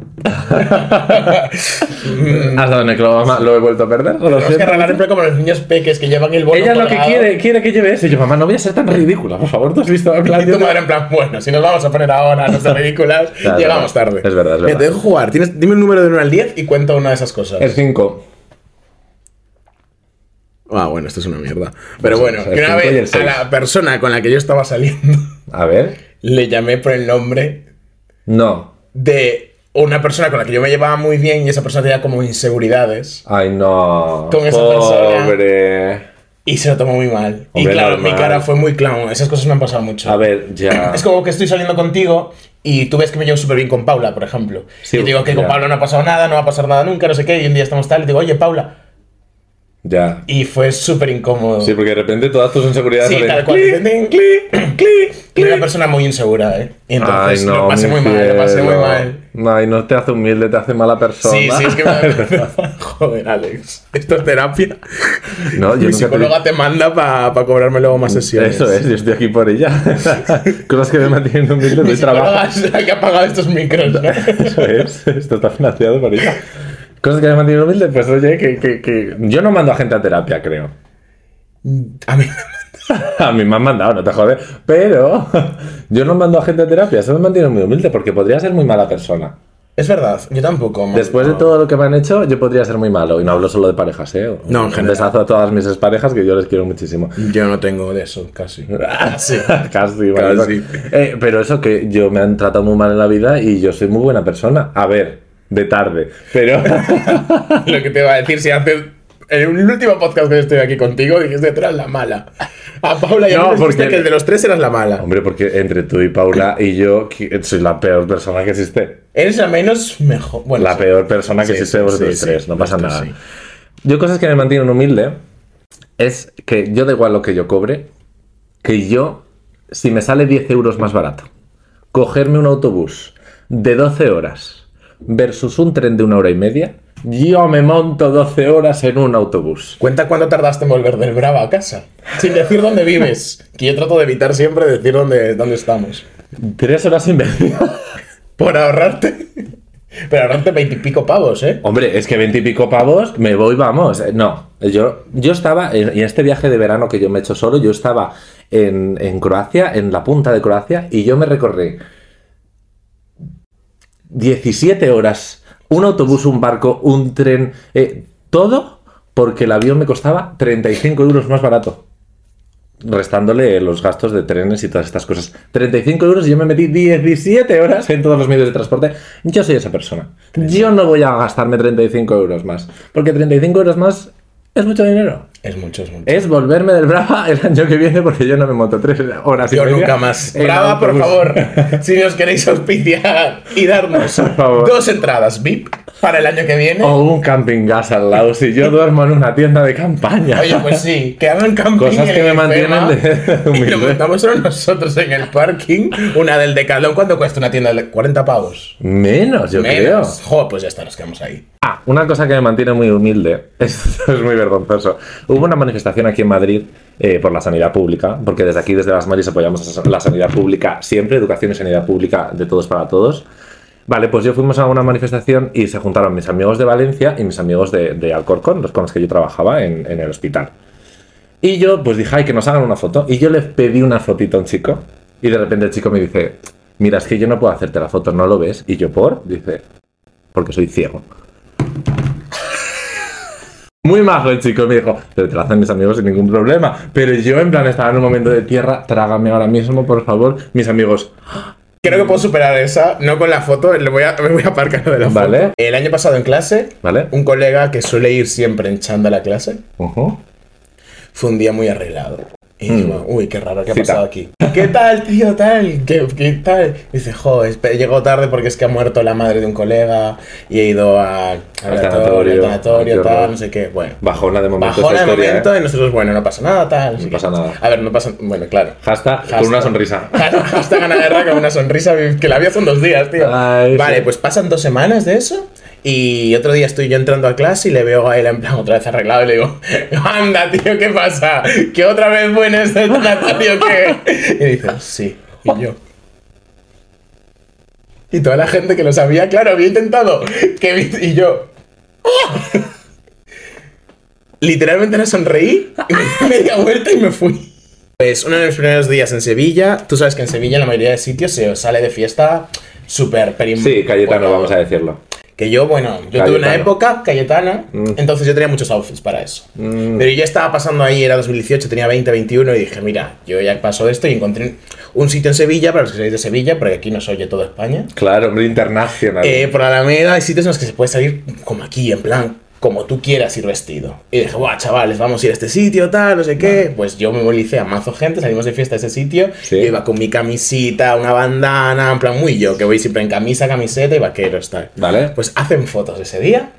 [SPEAKER 2] Has dado en el clavo, mamá, lo he vuelto a perder. lo
[SPEAKER 3] Tenemos que
[SPEAKER 2] siento".
[SPEAKER 3] arreglar siempre como los niños peques que llevan el bono.
[SPEAKER 2] Ella es lo que
[SPEAKER 3] colgado.
[SPEAKER 2] quiere, quiere que lleve eso. Y yo, mamá, no voy a ser tan ridícula, por favor, ¿tú has visto? En plan,
[SPEAKER 3] Y
[SPEAKER 2] yo
[SPEAKER 3] tu
[SPEAKER 2] no-
[SPEAKER 3] madre en plan, bueno, si nos vamos a poner ahora a nuestras películas,
[SPEAKER 2] Claro,
[SPEAKER 3] llegamos
[SPEAKER 2] es
[SPEAKER 3] tarde.
[SPEAKER 2] verdad, es verdad, es
[SPEAKER 3] Mira, Te
[SPEAKER 2] verdad.
[SPEAKER 3] dejo jugar. Tienes, dime un número de 1 al 10 y cuenta una de esas cosas.
[SPEAKER 2] El 5.
[SPEAKER 3] Ah, bueno, esto es una mierda. Pero
[SPEAKER 2] Pues
[SPEAKER 3] bueno,
[SPEAKER 2] es
[SPEAKER 3] que una
[SPEAKER 2] el cinco y el
[SPEAKER 3] vez a
[SPEAKER 2] seis.
[SPEAKER 3] la persona con la que yo estaba saliendo
[SPEAKER 2] A ver.
[SPEAKER 3] le llamé por el nombre
[SPEAKER 2] No.
[SPEAKER 3] de una persona con la que yo me llevaba muy bien y esa persona tenía como inseguridades
[SPEAKER 2] Ay, no.
[SPEAKER 3] Con esa persona.
[SPEAKER 2] Pobre.
[SPEAKER 3] y se lo tomó muy mal. y
[SPEAKER 2] Hombre,
[SPEAKER 3] claro,
[SPEAKER 2] normal.
[SPEAKER 3] mi cara fue muy clown. Esas cosas me han pasado mucho.
[SPEAKER 2] A ver, ya.
[SPEAKER 3] Es como que estoy saliendo contigo y tú ves que me llevo súper bien con Paula, por ejemplo.
[SPEAKER 2] Sí,
[SPEAKER 3] y digo que
[SPEAKER 2] ya.
[SPEAKER 3] con Paula no ha pasado nada, no va a pasar nada nunca, no sé qué. Y un día estamos tal y digo, oye, Paula.
[SPEAKER 2] Ya.
[SPEAKER 3] Y fue súper incómodo.
[SPEAKER 2] Sí, porque de repente todas tus inseguridades.
[SPEAKER 3] Sí,
[SPEAKER 2] salen-
[SPEAKER 3] tal cual. Ding, clink, clink, Y era una persona muy insegura, ¿eh? Y entonces lo pasé
[SPEAKER 2] mi
[SPEAKER 3] muy mal, lo pasé muy
[SPEAKER 2] cielo.
[SPEAKER 3] mal.
[SPEAKER 2] Ay, no te hace humilde, te hace mala persona.
[SPEAKER 3] Sí, sí, es que me... Joder, Alex. Esto es terapia.
[SPEAKER 2] No, yo
[SPEAKER 3] Mi
[SPEAKER 2] nunca te-
[SPEAKER 3] psicóloga te manda para cobrarme luego más sesiones.
[SPEAKER 2] Eso es, yo estoy aquí por ella. Cosas que me mantienen humilde
[SPEAKER 3] Mi
[SPEAKER 2] de trabajo.
[SPEAKER 3] psicóloga es la que ha pagado estos micros, ¿no?
[SPEAKER 2] Eso es, esto está financiado por ella. Cosas que me mantienen humilde, pues oye, que, que, que- Yo no mando a gente a terapia, creo.
[SPEAKER 3] A mí...
[SPEAKER 2] A mí me han mandado, no te jodes. Pero yo no mando a gente a terapia, eso me mantiene muy humilde porque podría ser muy mala persona.
[SPEAKER 3] Es verdad, yo tampoco. man.
[SPEAKER 2] Después de todo lo que me han hecho, yo podría ser muy malo. Y no hablo solo de parejas, ¿eh?
[SPEAKER 3] No, en
[SPEAKER 2] Un
[SPEAKER 3] general.
[SPEAKER 2] besazo a todas mis parejas que yo les quiero muchísimo.
[SPEAKER 3] Yo no tengo de eso, casi. Ah, Sí.
[SPEAKER 2] Casi, vale,
[SPEAKER 3] Casi.
[SPEAKER 2] vale. Eh, pero eso que yo me han tratado muy mal en la vida y yo soy muy buena persona. A ver, de tarde. Pero
[SPEAKER 3] Lo que te iba a decir, si haces. En el último podcast que estoy aquí contigo, dijiste tú eras la mala. A Paula ya
[SPEAKER 2] No,
[SPEAKER 3] no,
[SPEAKER 2] porque-
[SPEAKER 3] porque que el de los tres eras la mala.
[SPEAKER 2] Hombre, porque entre tú y Paula y yo qui- soy la peor persona que existe.
[SPEAKER 3] Eres la menos mejor. Bueno,
[SPEAKER 2] La
[SPEAKER 3] sí.
[SPEAKER 2] peor persona que
[SPEAKER 3] Sí,
[SPEAKER 2] existe de
[SPEAKER 3] sí,
[SPEAKER 2] vosotros
[SPEAKER 3] sí,
[SPEAKER 2] tres,
[SPEAKER 3] sí.
[SPEAKER 2] no pasa
[SPEAKER 3] Nosotros
[SPEAKER 2] nada. Yo cosas que me mantienen humilde es que yo da igual lo que yo cobre, que yo, si me sale 10 euros más barato, cogerme un autobús de 12 horas versus un tren de una hora y media, yo me monto 12 horas en un autobús.
[SPEAKER 3] Cuenta cuánto tardaste en volver del Brava a casa. Sin decir dónde vives. Que yo trato de evitar siempre decir dónde, dónde estamos.
[SPEAKER 2] Tres horas y media.
[SPEAKER 3] Por ahorrarte. Pero ahorrarte veintipico pavos, ¿eh?
[SPEAKER 2] Hombre, es que veintipico pavos, me voy, vamos. Eh, No, yo, yo estaba, en, en este viaje de verano que yo me he hecho solo, yo estaba en, en Croacia, en la punta de Croacia, y yo me recorrí 17 horas, un autobús, un barco, un tren, eh, todo porque el avión me costaba 35 euros más barato. Restándole los gastos de trenes y todas estas cosas. 35 euros y yo me metí 17 horas en todos los medios de transporte. Yo soy esa persona. Yo no voy a gastarme 35 euros más. Porque 35 euros más es mucho dinero.
[SPEAKER 3] Es mucho, es mucho.
[SPEAKER 2] es volverme del Brava el año que viene porque yo no me monto tres horas y
[SPEAKER 3] Yo
[SPEAKER 2] media
[SPEAKER 3] nunca más.
[SPEAKER 2] en
[SPEAKER 3] Brava, por
[SPEAKER 2] autobús.
[SPEAKER 3] favor, si os queréis auspiciar y darnos
[SPEAKER 2] Por favor. Oh.
[SPEAKER 3] dos entradas VIP para el año que viene.
[SPEAKER 2] O un camping gas al lado, si yo duermo en una tienda de campaña.
[SPEAKER 3] Oye, pues sí, que hagan camping.
[SPEAKER 2] Cosas
[SPEAKER 3] en
[SPEAKER 2] que me
[SPEAKER 3] el
[SPEAKER 2] mantienen
[SPEAKER 3] FEMA
[SPEAKER 2] de-
[SPEAKER 3] Y lo
[SPEAKER 2] humilde.
[SPEAKER 3] montamos solo nosotros en el parking. Una del Decathlon. ¿Cuánto cuesta una tienda? de 40 pavos.
[SPEAKER 2] Menos, yo
[SPEAKER 3] Menos.
[SPEAKER 2] creo.
[SPEAKER 3] Jo, pues ya está, nos quedamos ahí.
[SPEAKER 2] Ah, una cosa que me mantiene muy humilde, esto es muy vergonzoso. Hubo una manifestación aquí en Madrid eh, por la sanidad pública, porque desde aquí, desde las Maris, apoyamos la sanidad pública siempre, educación y sanidad pública de todos para todos. Vale, pues yo fuimos a una manifestación y se juntaron mis amigos de Valencia y mis amigos de, de Alcorcón, los con los que yo trabajaba en- en el hospital. Y yo, pues dije, ay, que nos hagan una foto. Y yo le pedí una fotito a un chico. Y de repente el chico me dice, mira, es que yo no puedo hacerte la foto, ¿no lo ves? Y yo, ¿por? Dice, porque soy ciego. Muy majo el chico, me dijo, pero te la hacen mis amigos sin ningún problema. Pero yo, en plan, estaba en un momento de tierra, trágame ahora mismo, por favor, mis amigos.
[SPEAKER 3] Creo que puedo superar esa, no con la foto, le voy a, me voy a aparcar de la
[SPEAKER 2] Vale.
[SPEAKER 3] foto. El año pasado en clase,
[SPEAKER 2] ¿Vale?
[SPEAKER 3] un colega que suele ir siempre en chanda a la clase,
[SPEAKER 2] Ujú.
[SPEAKER 3] fue un día muy arreglado. Y
[SPEAKER 2] Mm.
[SPEAKER 3] digo, uy, qué raro, ¿qué ha
[SPEAKER 2] Cita.
[SPEAKER 3] pasado aquí? ¿Qué tal, tío, tal? ¿Qué, qué tal? Dice, jo, espe- llegó tarde porque es que ha muerto la madre de un colega y he ido a, al
[SPEAKER 2] tanatorio,
[SPEAKER 3] al tanatorio,
[SPEAKER 2] qué horror.
[SPEAKER 3] tal, no sé qué. Bueno,
[SPEAKER 2] Bajona de momento.
[SPEAKER 3] bajó
[SPEAKER 2] esta
[SPEAKER 3] de
[SPEAKER 2] historia,
[SPEAKER 3] momento
[SPEAKER 2] ¿eh?
[SPEAKER 3] y nosotros, bueno, no pasa nada, tal. sé
[SPEAKER 2] No
[SPEAKER 3] qué.
[SPEAKER 2] pasa nada.
[SPEAKER 3] A ver, no pasa, bueno, claro.
[SPEAKER 2] Hashtag, con una sonrisa.
[SPEAKER 3] Hasta gana guerra con una sonrisa que la vi hace unos días, tío.
[SPEAKER 2] Ay,
[SPEAKER 3] vale,
[SPEAKER 2] sí.
[SPEAKER 3] pues pasan dos semanas de eso. Y otro día estoy yo entrando a clase y le veo a él en plan otra vez arreglado y le digo, anda, tío, ¿qué pasa? ¿Que otra vez fue en este tanatorio que...? Y dice, sí, y yo. Y toda la gente que lo sabía, claro, había intentado. Que vi- y yo. Literalmente no sonreí, me di media vuelta y me fui. Pues uno de mis primeros días en Sevilla, tú sabes que en Sevilla en la mayoría de sitios se sale de fiesta súper perim.
[SPEAKER 2] Sí, Cayetano,
[SPEAKER 3] bueno,
[SPEAKER 2] vamos a decirlo.
[SPEAKER 3] Que yo, bueno, yo tuve
[SPEAKER 2] Cayetano.
[SPEAKER 3] una época cayetana, entonces yo tenía muchos outfits para eso. Pero yo estaba pasando ahí, era 2018, tenía 20, 21 y dije, mira, yo ya paso de esto y encontré un sitio en Sevilla, para los que seáis de Sevilla, porque aquí nos oye toda España.
[SPEAKER 2] Claro, hombre internacional.
[SPEAKER 3] Eh, por Alameda hay sitios en los que se puede salir como aquí, en plan, como tú quieras ir vestido. Y dije, guau, chavales, vamos a ir a este sitio, tal, no sé qué. Pues yo me movilicé a mazo gente, salimos de fiesta a ese sitio.
[SPEAKER 2] Sí.
[SPEAKER 3] Yo iba con mi camisita, una bandana, en plan, muy yo, que voy siempre en camisa, camiseta y vaqueros, tal.
[SPEAKER 2] Vale.
[SPEAKER 3] Pues hacen fotos ese día.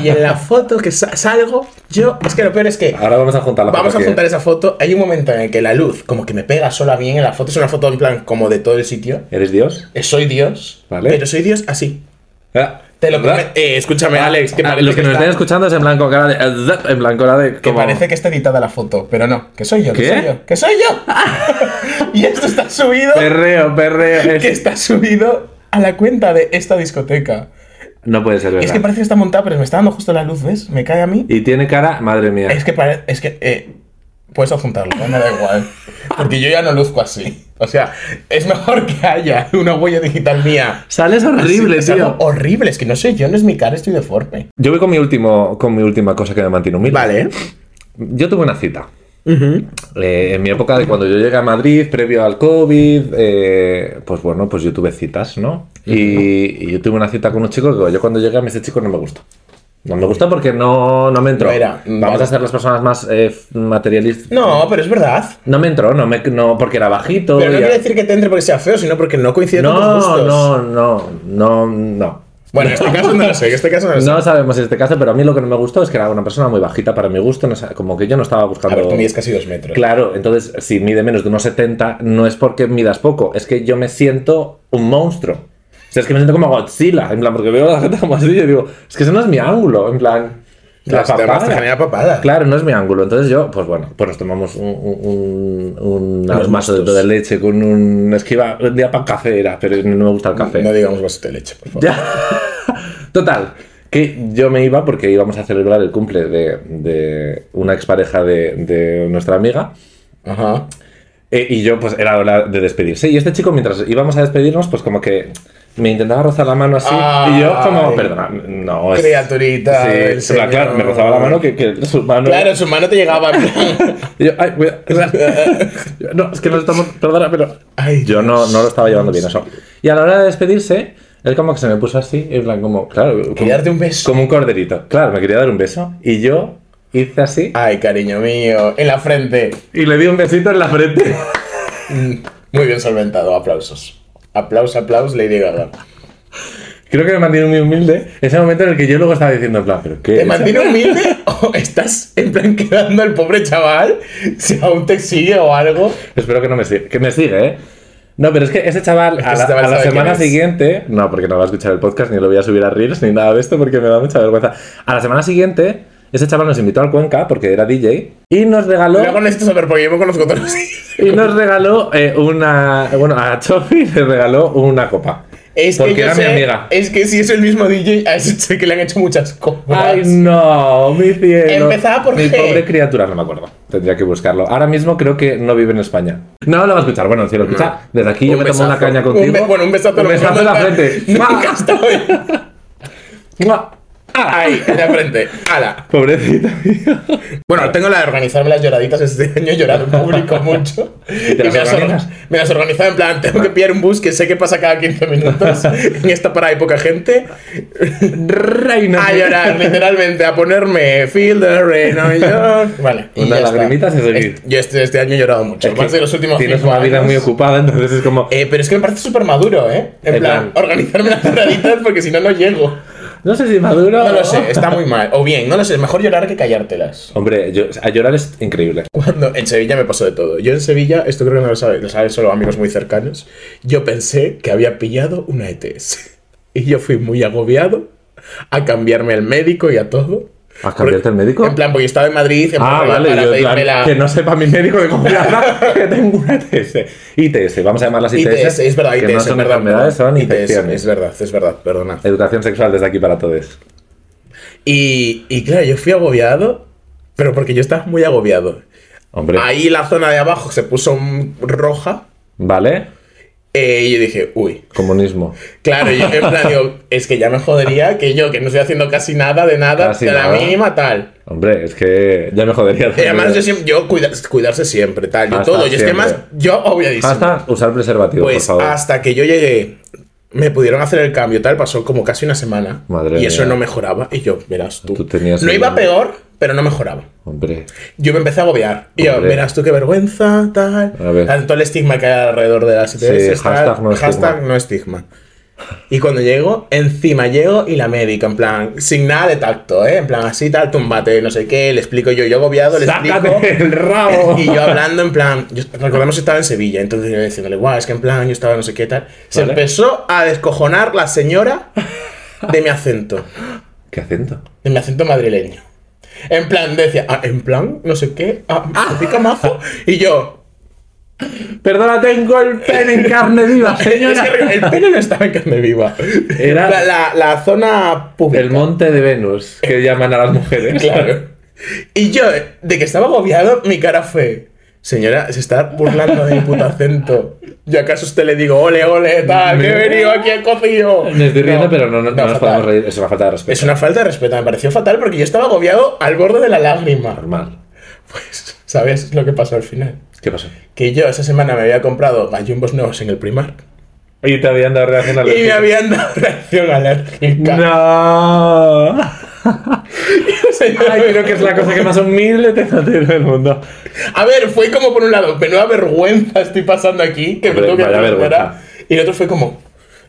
[SPEAKER 3] Y en la foto que sa- salgo, yo, es que lo peor es que
[SPEAKER 2] Ahora vamos a juntar Ah, la
[SPEAKER 3] Vamos
[SPEAKER 2] foto
[SPEAKER 3] a
[SPEAKER 2] aquí, ¿eh?
[SPEAKER 3] juntar esa foto. Hay un momento en el que la luz como que me pega sola bien en la foto. Es una foto en plan como de todo el sitio.
[SPEAKER 2] ¿Eres Dios?
[SPEAKER 3] Eh, Soy Dios.
[SPEAKER 2] Vale.
[SPEAKER 3] Pero soy Dios así.
[SPEAKER 2] Ah,
[SPEAKER 3] Te lo
[SPEAKER 2] ¿verdad?
[SPEAKER 3] prometo. Eh, escúchame, Alex, que
[SPEAKER 2] Ah,
[SPEAKER 3] parece
[SPEAKER 2] los que,
[SPEAKER 3] que,
[SPEAKER 2] nos
[SPEAKER 3] está-
[SPEAKER 2] estén escuchando es en blanco cara de. En blanco cara de.
[SPEAKER 3] que
[SPEAKER 2] como-
[SPEAKER 3] parece que está editada la foto, pero no, que soy yo, que
[SPEAKER 2] ¿Qué?
[SPEAKER 3] soy yo, que soy yo. y esto está subido,
[SPEAKER 2] Perreo, perreo. es-
[SPEAKER 3] que está subido a la cuenta de esta discoteca.
[SPEAKER 2] No puede ser
[SPEAKER 3] Y
[SPEAKER 2] verdad.
[SPEAKER 3] es que parece que está montada, pero me está dando justo la luz, ¿ves? Me cae a mí.
[SPEAKER 2] Y tiene cara, madre mía.
[SPEAKER 3] Es que parece. Es que. eh, puedes adjuntarlo, ¿eh? me da igual. Porque yo ya no luzco así. O sea, es mejor que haya una huella digital mía.
[SPEAKER 2] Sales horrible,
[SPEAKER 3] Así, es
[SPEAKER 2] tío.
[SPEAKER 3] algo Horrible, es que no sé, yo no es mi cara, estoy deforme.
[SPEAKER 2] Yo voy con mi último, con mi última cosa que me mantiene humilde. Yo tuve una cita. Eh, en mi época de cuando yo llegué a Madrid, previo al COVID, eh, pues bueno, pues yo tuve citas, ¿no? Y, y yo tuve una cita con un chico que yo cuando llegué a mí ese chico no me gustó. No me gustó porque no, no me entró.
[SPEAKER 3] No era,
[SPEAKER 2] Vamos
[SPEAKER 3] vale.
[SPEAKER 2] a ser las personas más eh, materialistas.
[SPEAKER 3] No, pero es verdad.
[SPEAKER 2] No me entró, no, me, no porque era bajito.
[SPEAKER 3] Pero no
[SPEAKER 2] y-
[SPEAKER 3] quiere decir que te entre porque sea feo, sino porque no coincide con tus
[SPEAKER 2] no,
[SPEAKER 3] gustos.
[SPEAKER 2] no, no, no, no.
[SPEAKER 3] Bueno, en este caso no lo sé, en este caso no lo sé.
[SPEAKER 2] No sabemos en este caso, pero a mí lo que no me gustó es que era una persona muy bajita para mi gusto, no sa- como que yo no estaba
[SPEAKER 3] A
[SPEAKER 2] buscando...
[SPEAKER 3] ver, tú mides casi dos metros.
[SPEAKER 2] Claro, entonces si mide menos de unos 70 no es porque midas poco, es que yo me siento un monstruo. O sea, es que me siento como Godzilla, en plan, porque veo a la gente como así y digo, es que ese no es mi ángulo, en plan... La
[SPEAKER 3] Las- además te
[SPEAKER 2] papada.
[SPEAKER 3] genera papada.
[SPEAKER 2] Claro, no es mi ángulo. Entonces yo, pues bueno, pues nos tomamos un, un, un,
[SPEAKER 3] Unos
[SPEAKER 2] un vaso de
[SPEAKER 3] mostos.
[SPEAKER 2] toda leche con un esquiva un día para café era, pero no me gusta el café.
[SPEAKER 3] No digamos vaso de leche, por favor.
[SPEAKER 2] Ya. Total. Que yo me iba porque íbamos a celebrar el cumple de, de una expareja de, de nuestra amiga.
[SPEAKER 3] Ajá.
[SPEAKER 2] eh, y yo, pues, era hora de despedirse. Y este chico, mientras íbamos a despedirnos, pues como que me intentaba rozar la mano así. y yo, como,
[SPEAKER 3] Ah, Ay.
[SPEAKER 2] perdona, no es.
[SPEAKER 3] Criaturita
[SPEAKER 2] Pues, Sí,
[SPEAKER 3] del
[SPEAKER 2] en plan, claro,
[SPEAKER 3] Señor.
[SPEAKER 2] me rozaba la mano que, que su mano.
[SPEAKER 3] Claro, su mano te llegaba en plan.
[SPEAKER 2] Y yo, ay, cuida- Yo, No, es que no estamos. Perdona, pero.
[SPEAKER 3] Ay,
[SPEAKER 2] yo no,
[SPEAKER 3] Dios.
[SPEAKER 2] no lo estaba llevando bien eso. Y a la hora de despedirse, él como que se me puso así, en plan, como. Claro. como-
[SPEAKER 3] darte un beso.
[SPEAKER 2] Como un corderito. Claro, me quería dar un beso. Y yo. hice así
[SPEAKER 3] Ay, cariño mío, en la frente.
[SPEAKER 2] y le di un besito en la frente.
[SPEAKER 3] Mm, Muy bien solventado, aplausos. Aplausos, aplausos, Lady Gaga.
[SPEAKER 2] Creo que me mantiene muy humilde. Ese momento en el que yo luego estaba diciendo, en plan, pero ¿qué?
[SPEAKER 3] ¿Te
[SPEAKER 2] es?
[SPEAKER 3] mantiene humilde o estás en plan quedando al pobre chaval? Si aún te sigue o algo.
[SPEAKER 2] Espero que no me siga. Que me sigue, ¿eh? No, pero es que ese chaval,
[SPEAKER 3] Es que
[SPEAKER 2] a,
[SPEAKER 3] ese
[SPEAKER 2] la,
[SPEAKER 3] chaval
[SPEAKER 2] a la
[SPEAKER 3] sabe quién
[SPEAKER 2] semana
[SPEAKER 3] es.
[SPEAKER 2] siguiente, no, porque no va a escuchar el podcast, ni lo voy a subir a Reels, ni nada de esto, porque me da mucha vergüenza. A la semana siguiente, ese chaval nos invitó al Cuenca, porque era DJ, y nos regaló,
[SPEAKER 3] Luego necesito saber porque yo me conozco todos los días.
[SPEAKER 2] y nos regaló eh, una, bueno, a Chofi le regaló una copa.
[SPEAKER 3] Es
[SPEAKER 2] porque
[SPEAKER 3] que yo
[SPEAKER 2] era mi
[SPEAKER 3] sé-
[SPEAKER 2] amiga.
[SPEAKER 3] Es que si es el mismo DJ, a ese sé que le han hecho muchas cosas.
[SPEAKER 2] Ay, no, mi cielo.
[SPEAKER 3] Empezaba por
[SPEAKER 2] Mi
[SPEAKER 3] G.
[SPEAKER 2] pobre criatura, no me acuerdo. Tendría que buscarlo. Ahora mismo creo que no vive en España. No lo va a escuchar. Bueno, si lo escucha, desde aquí yo
[SPEAKER 3] Mm. Un
[SPEAKER 2] me tomo una
[SPEAKER 3] besazo.
[SPEAKER 2] caña
[SPEAKER 3] Un
[SPEAKER 2] contigo.
[SPEAKER 3] be- bueno, un besazo,
[SPEAKER 2] Un
[SPEAKER 3] no
[SPEAKER 2] besazo en la frente.
[SPEAKER 3] Nunca estoy.
[SPEAKER 2] ¡Mua!
[SPEAKER 3] Ay, en la frente. Ala.
[SPEAKER 2] Pobrecita, tío.
[SPEAKER 3] Bueno, tengo la de organizarme las lloraditas este año, he llorado en público mucho. Y
[SPEAKER 2] las
[SPEAKER 3] me las, or-
[SPEAKER 2] organizas?
[SPEAKER 3] me las organizaba en plan, tengo que pillar un bus que sé que pasa cada 15 minutos en esta parada hay poca gente.
[SPEAKER 2] Reina.
[SPEAKER 3] A
[SPEAKER 2] mía.
[SPEAKER 3] llorar, literalmente, a ponerme Feel the rain on your-" Vale. y
[SPEAKER 2] Unas
[SPEAKER 3] ya está.
[SPEAKER 2] lagrimitas y seguir.
[SPEAKER 3] Es- Yo este, este año he llorado mucho,
[SPEAKER 2] Es
[SPEAKER 3] más
[SPEAKER 2] que
[SPEAKER 3] de los últimos
[SPEAKER 2] Tienes
[SPEAKER 3] cinco
[SPEAKER 2] una vida
[SPEAKER 3] años.
[SPEAKER 2] muy ocupada, entonces es como.
[SPEAKER 3] Eh, pero es que me parece súper maduro, ¿eh? En,
[SPEAKER 2] En
[SPEAKER 3] plan,
[SPEAKER 2] plan.
[SPEAKER 3] organizarme las lloraditas porque si no, no llego.
[SPEAKER 2] No sé si maduro.
[SPEAKER 3] No lo sé, está muy mal. O bien, no lo sé, mejor llorar que callártelas.
[SPEAKER 2] Hombre, yo- a llorar es increíble.
[SPEAKER 3] Cuando en Sevilla me pasó de todo. Yo en Sevilla, esto creo que no lo sabe, lo saben solo amigos muy cercanos. Yo pensé que había pillado una ETS. Y yo fui muy agobiado a cambiarme al médico y a todo.
[SPEAKER 2] ¿A cambiarte al
[SPEAKER 3] Porque-
[SPEAKER 2] médico?
[SPEAKER 3] En plan, porque yo estaba en Madrid en
[SPEAKER 2] Ah,
[SPEAKER 3] plan,
[SPEAKER 2] vale,
[SPEAKER 3] para
[SPEAKER 2] yo, en
[SPEAKER 3] pedirme
[SPEAKER 2] plan,
[SPEAKER 3] la
[SPEAKER 2] que no sepa mi médico de confianza que tengo una ITS. ITS, vamos a llamarlas ITS.
[SPEAKER 3] ITS, es verdad,
[SPEAKER 2] que
[SPEAKER 3] ITS,
[SPEAKER 2] no son
[SPEAKER 3] es verdad,
[SPEAKER 2] enfermedades, son
[SPEAKER 3] ITS,
[SPEAKER 2] infecciones.
[SPEAKER 3] Es verdad, es verdad, perdona.
[SPEAKER 2] Educación sexual desde aquí para todos.
[SPEAKER 3] Y, y claro, yo fui agobiado, pero porque yo estaba muy agobiado.
[SPEAKER 2] Hombre,
[SPEAKER 3] Ahí la zona de abajo se puso mm, roja
[SPEAKER 2] ¿vale?
[SPEAKER 3] eh, y yo dije, uy,
[SPEAKER 2] Comunismo.
[SPEAKER 3] Claro, yo en plan digo, es que ya me jodería que yo, que no estoy haciendo casi nada de nada,
[SPEAKER 2] Casi
[SPEAKER 3] de la
[SPEAKER 2] nada.
[SPEAKER 3] mínima tal.
[SPEAKER 2] Hombre, es que ya me jodería.
[SPEAKER 3] Y Eh, además yo, siempre, yo cuida- cuidarse siempre, tal, yo
[SPEAKER 2] Hasta
[SPEAKER 3] todo. Y es que
[SPEAKER 2] siempre.
[SPEAKER 3] más, yo obviadísimo.
[SPEAKER 2] Hasta usar preservativo,
[SPEAKER 3] pues
[SPEAKER 2] por favor.
[SPEAKER 3] hasta que yo llegué, me pudieron hacer el cambio, tal, pasó como casi una semana.
[SPEAKER 2] Madre
[SPEAKER 3] y eso
[SPEAKER 2] mía.
[SPEAKER 3] no mejoraba. Y yo, verás tú.
[SPEAKER 2] Tú tenías
[SPEAKER 3] no
[SPEAKER 2] el-
[SPEAKER 3] iba peor, pero no mejoraba.
[SPEAKER 2] Hombre.
[SPEAKER 3] Yo me empecé a agobiar. Y yo,
[SPEAKER 2] Hombre.
[SPEAKER 3] verás tú qué vergüenza, tal.
[SPEAKER 2] A ver.
[SPEAKER 3] Tanto el estigma que hay alrededor de las ITS.
[SPEAKER 2] Sí,
[SPEAKER 3] tal.
[SPEAKER 2] hashtag no
[SPEAKER 3] Hashtag
[SPEAKER 2] estigma.
[SPEAKER 3] no estigma. Y cuando llego, encima llego y la médica, en plan, sin nada de tacto, ¿eh? En plan, así tal, tumbate, no sé qué, le explico yo, yo agobiado, le explico.
[SPEAKER 2] ¡Sácate el rabo!
[SPEAKER 3] Y yo hablando, en plan, yo- recordemos que estaba en Sevilla, entonces yo diciéndole, guau, es que en plan, yo estaba no sé qué tal. Se
[SPEAKER 2] Vale.
[SPEAKER 3] empezó a descojonar la señora de mi acento
[SPEAKER 2] ¿Qué acento?
[SPEAKER 3] de mi acento madrileño. En plan, decía, ah, en plan, no sé qué, ah, ah, pica mazo. Y yo,
[SPEAKER 2] Perdona, tengo el pene en carne viva,
[SPEAKER 3] es
[SPEAKER 2] señora.
[SPEAKER 3] que el pelo no estaba en carne viva.
[SPEAKER 2] Era-
[SPEAKER 3] En plan, la, la zona pública.
[SPEAKER 2] El monte de Venus, que llaman a las mujeres.
[SPEAKER 3] Claro. Y yo, de que estaba agobiado, mi cara fue, señora, se está burlando de mi puto acento. Yo acaso a usted le digo, ole, ole, tal, que he venido aquí al cocido.
[SPEAKER 2] Me estoy riendo, pero no, no- no nos
[SPEAKER 3] fatal.
[SPEAKER 2] podemos reír. Es una falta de respeto.
[SPEAKER 3] Es una falta de respeto, me pareció fatal porque yo estaba agobiado al borde de la lágrima.
[SPEAKER 2] Normal.
[SPEAKER 3] Pues, ¿sabes lo que pasó al final?
[SPEAKER 2] ¿Qué pasó?
[SPEAKER 3] que yo esa semana me había comprado gallumbos nuevos en el Primark
[SPEAKER 2] Y te habían dado reacción al
[SPEAKER 3] y me habían dado reacción alérgica.
[SPEAKER 2] ¡No!
[SPEAKER 3] O sea, yo-
[SPEAKER 2] Ay, creo que es la cosa que más humilde te tiene del mundo.
[SPEAKER 3] A ver, fue como por un lado, menuda vergüenza estoy pasando aquí, que me
[SPEAKER 2] Hombre,
[SPEAKER 3] tengo que
[SPEAKER 2] vaya
[SPEAKER 3] recuperar.
[SPEAKER 2] vergüenza.
[SPEAKER 3] Y el otro fue como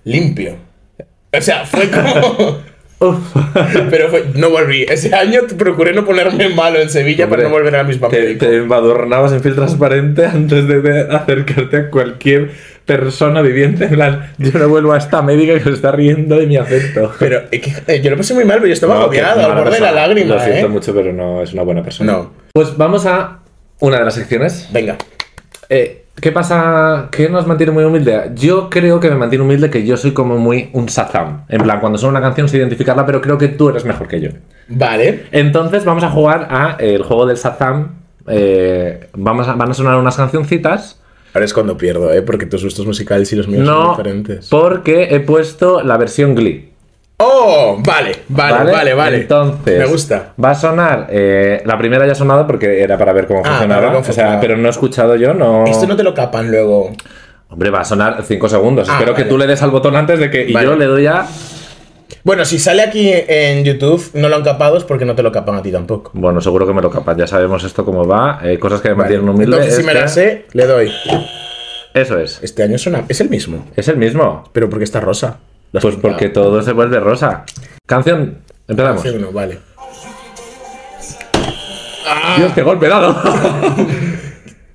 [SPEAKER 3] limpio. O sea, fue como
[SPEAKER 2] Uf.
[SPEAKER 3] pero fue- no volví. Ese año procuré no ponerme malo en Sevilla para no volver a la misma
[SPEAKER 2] Te,
[SPEAKER 3] médico.
[SPEAKER 2] te embadurnabas en film transparente antes de, de acercarte a cualquier persona viviente. En plan, yo no vuelvo a esta médica que se está riendo de mi acento.
[SPEAKER 3] Pero es que, eh, yo lo pasé muy mal, pero yo estaba
[SPEAKER 2] No, que es
[SPEAKER 3] agobiado,
[SPEAKER 2] mala
[SPEAKER 3] al borde de la
[SPEAKER 2] persona.
[SPEAKER 3] lágrima,
[SPEAKER 2] Lo siento
[SPEAKER 3] ¿eh?
[SPEAKER 2] mucho, pero no es una buena persona.
[SPEAKER 3] No.
[SPEAKER 2] Pues vamos a una de las secciones.
[SPEAKER 3] Venga.
[SPEAKER 2] Eh, ¿Qué pasa? ¿Qué nos mantiene muy humilde? Yo creo que me mantiene humilde que yo soy como muy un Shazam. En plan, cuando suena una canción sé identificarla, pero creo que tú eres mejor que yo.
[SPEAKER 3] Vale.
[SPEAKER 2] Entonces vamos a jugar a eh, el juego del Shazam. Eh, vamos a- van a sonar unas cancioncitas.
[SPEAKER 3] Ahora es cuando pierdo, ¿eh? Porque tus gustos musicales y los míos
[SPEAKER 2] No,
[SPEAKER 3] son diferentes.
[SPEAKER 2] porque he puesto la versión Glee.
[SPEAKER 3] Oh, vale, vale, vale, vale.
[SPEAKER 2] Entonces,
[SPEAKER 3] Me gusta.
[SPEAKER 2] Va a sonar. eh, la primera ya ha sonado porque era para ver cómo
[SPEAKER 3] Ah,
[SPEAKER 2] funcionaba.
[SPEAKER 3] para ver cómo
[SPEAKER 2] o sea,
[SPEAKER 3] funcionaba.
[SPEAKER 2] pero no he escuchado yo, no.
[SPEAKER 3] Esto no te lo capan luego.
[SPEAKER 2] Hombre, va a sonar 5 segundos.
[SPEAKER 3] Ah,
[SPEAKER 2] Espero que
[SPEAKER 3] vale.
[SPEAKER 2] tú le des al botón antes de que. Y
[SPEAKER 3] Vale.
[SPEAKER 2] yo le doy a.
[SPEAKER 3] Bueno, si sale aquí en YouTube, no lo han capado es porque no te lo capan a ti tampoco.
[SPEAKER 2] Bueno, seguro que me lo capan, ya sabemos esto cómo va. eh, cosas que me
[SPEAKER 3] Vale,
[SPEAKER 2] mantienen humilde.
[SPEAKER 3] Entonces, si
[SPEAKER 2] es
[SPEAKER 3] me
[SPEAKER 2] que-
[SPEAKER 3] la sé, le doy.
[SPEAKER 2] Eso es.
[SPEAKER 3] Este año suena. Es el mismo.
[SPEAKER 2] Es el mismo.
[SPEAKER 3] Pero porque está rosa. Lo has
[SPEAKER 2] Pues
[SPEAKER 3] pintado.
[SPEAKER 2] porque todo se vuelve rosa. Canción, empezamos.
[SPEAKER 3] Sí, bueno, vale.
[SPEAKER 2] Dios, qué golpe he dado.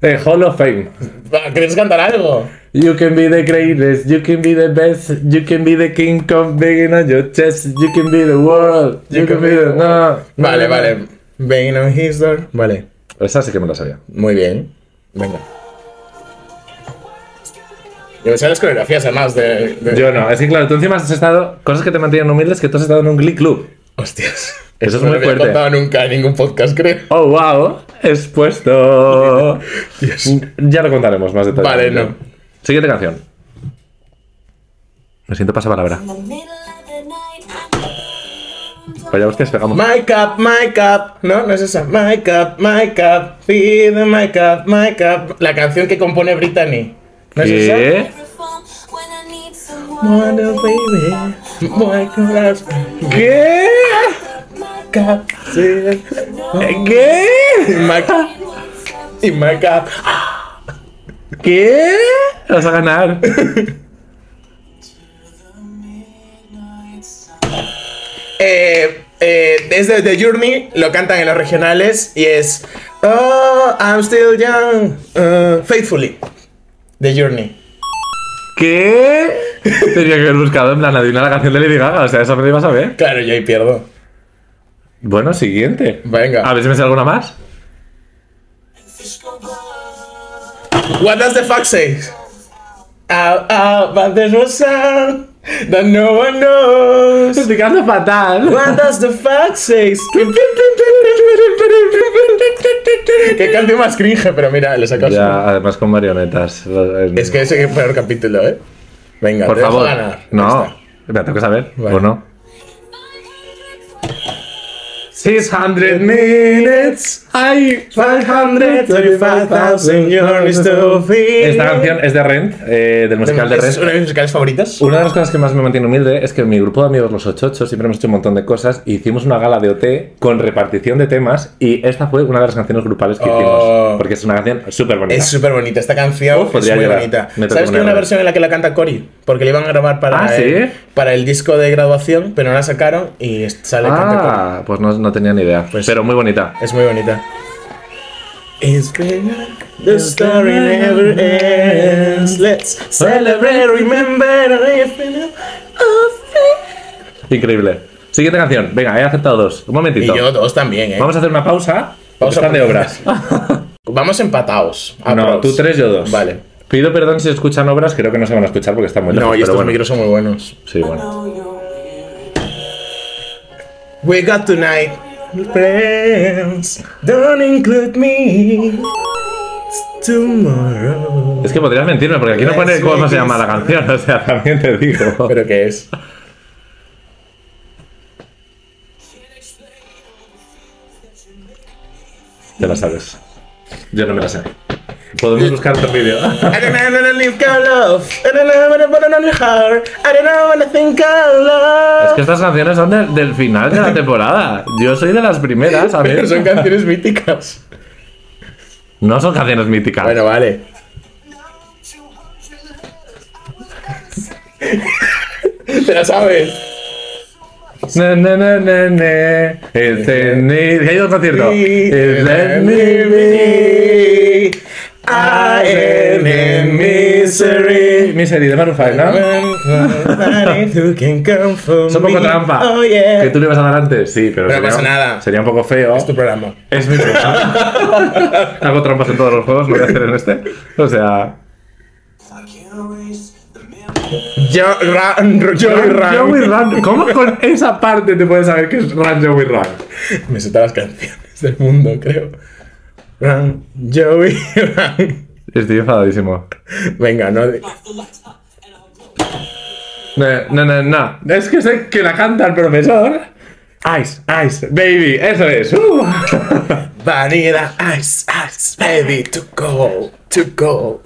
[SPEAKER 2] Eh, Hall of Fame.
[SPEAKER 3] Va, ¿Quieres cantar algo?
[SPEAKER 2] You can be the greatest, you can be the best, you can be the king of big on your chest, you can be the world, you, can, be the... No.
[SPEAKER 3] Vale, vale. Bane on his door. Vale.
[SPEAKER 2] Esa sí que me la sabía.
[SPEAKER 3] Muy bien. Venga. Yo me sé las coreografías además de. de-
[SPEAKER 2] Yo no, es que claro, tú encima has estado... Cosas que te mantienen humildes que tú has estado en un Glee Club.
[SPEAKER 3] Hostias.
[SPEAKER 2] Eso es
[SPEAKER 3] no
[SPEAKER 2] muy
[SPEAKER 3] lo había
[SPEAKER 2] fuerte.
[SPEAKER 3] contado nunca en ningún podcast, creo.
[SPEAKER 2] Oh, wow, expuesto. Ya lo contaremos más detalle.
[SPEAKER 3] Vale, no.
[SPEAKER 2] Siguiente canción. Me siento pasapalabra. Vaya hostias, pegamos.
[SPEAKER 3] My cup, my cup. No, no es esa. My cup, my cup. Feed my cup, my cup. La canción que compone Brittany. ¿No es esa?
[SPEAKER 2] ¿Qué?
[SPEAKER 3] Wanna baby, my cup,
[SPEAKER 2] ¿Qué?
[SPEAKER 3] cup, sí.
[SPEAKER 2] ¿Qué?
[SPEAKER 3] In my cup, in my cup.
[SPEAKER 2] ¿Qué? Vas a ganar.
[SPEAKER 3] Eh, eh, desde The Journey lo cantan en los regionales y es Oh, I'm still young, uh, faithfully. The Journey.
[SPEAKER 2] ¿Qué? Tenía que haber buscado en plan adivinar la canción de Lady Gaga. O sea, esa me la ibas a ver.
[SPEAKER 3] Claro, yo ahí pierdo.
[SPEAKER 2] Bueno, siguiente.
[SPEAKER 3] Venga.
[SPEAKER 2] A ver si me sale alguna más.
[SPEAKER 3] What does the fuck say? Ow, ow, but there's no sound that no one knows.
[SPEAKER 2] Estoy quedando fatal.
[SPEAKER 3] What does the fuck say? Qué canción más cringe, pero mira, le sacas.
[SPEAKER 2] Ya, además con marionetas.
[SPEAKER 3] Es que ese es el peor capítulo, ¿eh? Venga,
[SPEAKER 2] Por
[SPEAKER 3] te dejo
[SPEAKER 2] favor.
[SPEAKER 3] ganar. Ya
[SPEAKER 2] No.
[SPEAKER 3] está.
[SPEAKER 2] Me tengo que saber.
[SPEAKER 3] Vale.
[SPEAKER 2] ¿O no? 600 minutes. Ay,
[SPEAKER 3] 535,000 years to feel.
[SPEAKER 2] Esta canción es de Rent, eh, del musical de
[SPEAKER 3] ¿Es
[SPEAKER 2] Rent.
[SPEAKER 3] una de mis musicales favoritas?
[SPEAKER 2] Una de las cosas que más me mantiene humilde es que mi grupo de amigos, los 88, siempre hemos hecho un montón de cosas. e Hicimos una gala de OT con repartición de temas y esta fue una de las canciones grupales que
[SPEAKER 3] Oh.
[SPEAKER 2] hicimos. Porque es una canción súper bonita.
[SPEAKER 3] Es súper bonita esta canción,
[SPEAKER 2] Uf,
[SPEAKER 3] es
[SPEAKER 2] podría
[SPEAKER 3] muy
[SPEAKER 2] llorar.
[SPEAKER 3] bonita.
[SPEAKER 2] Me tengo
[SPEAKER 3] ¿Sabes
[SPEAKER 2] que
[SPEAKER 3] que hay una
[SPEAKER 2] poner.
[SPEAKER 3] versión en la que la canta Cory? Porque le iban a grabar para,
[SPEAKER 2] Ah,
[SPEAKER 3] el,
[SPEAKER 2] ¿sí?
[SPEAKER 3] para el disco de graduación, pero no la sacaron y sale canta Cory.
[SPEAKER 2] ah, pues no, no tenía ni idea.
[SPEAKER 3] Pues-
[SPEAKER 2] pero muy bonita.
[SPEAKER 3] Es muy bonita. It's bigger, the story never ends. Let's celebrate, remember, if we know of it.
[SPEAKER 2] Increíble. Siguiente canción. Venga, he aceptado dos. Un
[SPEAKER 3] Y
[SPEAKER 2] momentito.
[SPEAKER 3] yo dos también, ¿eh?
[SPEAKER 2] Vamos a hacer una pausa.
[SPEAKER 3] Pausa
[SPEAKER 2] Pausa de
[SPEAKER 3] porque- Ah,
[SPEAKER 2] obras.
[SPEAKER 3] Vamos empatados.
[SPEAKER 2] no,
[SPEAKER 3] aprox.
[SPEAKER 2] tú tres, yo dos.
[SPEAKER 3] Vale.
[SPEAKER 2] Pido perdón si se escuchan obras, creo que no se van a escuchar porque está muy lejos.
[SPEAKER 3] No, y
[SPEAKER 2] pero
[SPEAKER 3] estos
[SPEAKER 2] bueno.
[SPEAKER 3] micros son muy buenos.
[SPEAKER 2] Sí, bueno.
[SPEAKER 3] We got tonight. Friends, don't include me. It's tomorrow.
[SPEAKER 2] Es que podrías mentirme porque aquí no pone
[SPEAKER 3] Let's
[SPEAKER 2] cómo
[SPEAKER 3] make
[SPEAKER 2] se llama
[SPEAKER 3] this-
[SPEAKER 2] la canción, o sea, también te digo.
[SPEAKER 3] ¿Pero qué es?
[SPEAKER 2] Te la sabes. Yo no me la sé. Podemos buscar otro vídeo.
[SPEAKER 3] I don't know when I live of love. I don't know when I put it on your heart. I don't know when I think of love.
[SPEAKER 2] Es que estas canciones son de- del final de la temporada. Yo soy de las primeras, a ver.
[SPEAKER 3] Pero son canciones míticas.
[SPEAKER 2] No son canciones míticas.
[SPEAKER 3] Bueno, vale. Te la sabes.
[SPEAKER 2] Na, na, na, na, na. It's in me- Que hay otro concierto. It's in me, me.
[SPEAKER 3] I am in misery.
[SPEAKER 2] Misery de Maroon five, ¿no?
[SPEAKER 3] Who can come for
[SPEAKER 2] Es un poco
[SPEAKER 3] me?
[SPEAKER 2] trampa.
[SPEAKER 3] Oh, yeah.
[SPEAKER 2] Que tú le ibas a dar antes, sí, pero,
[SPEAKER 3] Pero
[SPEAKER 2] sería,
[SPEAKER 3] pasa nada.
[SPEAKER 2] sería un poco feo.
[SPEAKER 3] Es tu programa.
[SPEAKER 2] Es mi problema. Hago trampas en todos los juegos, lo voy a hacer en este. O sea.
[SPEAKER 3] Yo, ran, yo,
[SPEAKER 2] Joey
[SPEAKER 3] ran.
[SPEAKER 2] Run. ¿Cómo con esa parte te puedes saber que es Run Joey Run?
[SPEAKER 3] Me sé todas las canciones del mundo, creo. Run, Joey, run.
[SPEAKER 2] Estoy enfadadísimo.
[SPEAKER 3] Venga, no. de-
[SPEAKER 2] No, no, no, no. Es que sé que la canta el profesor, Ice, ice, baby, eso es. ¡Uh!
[SPEAKER 3] Vanilla Ice, Ice, baby, to go, to go.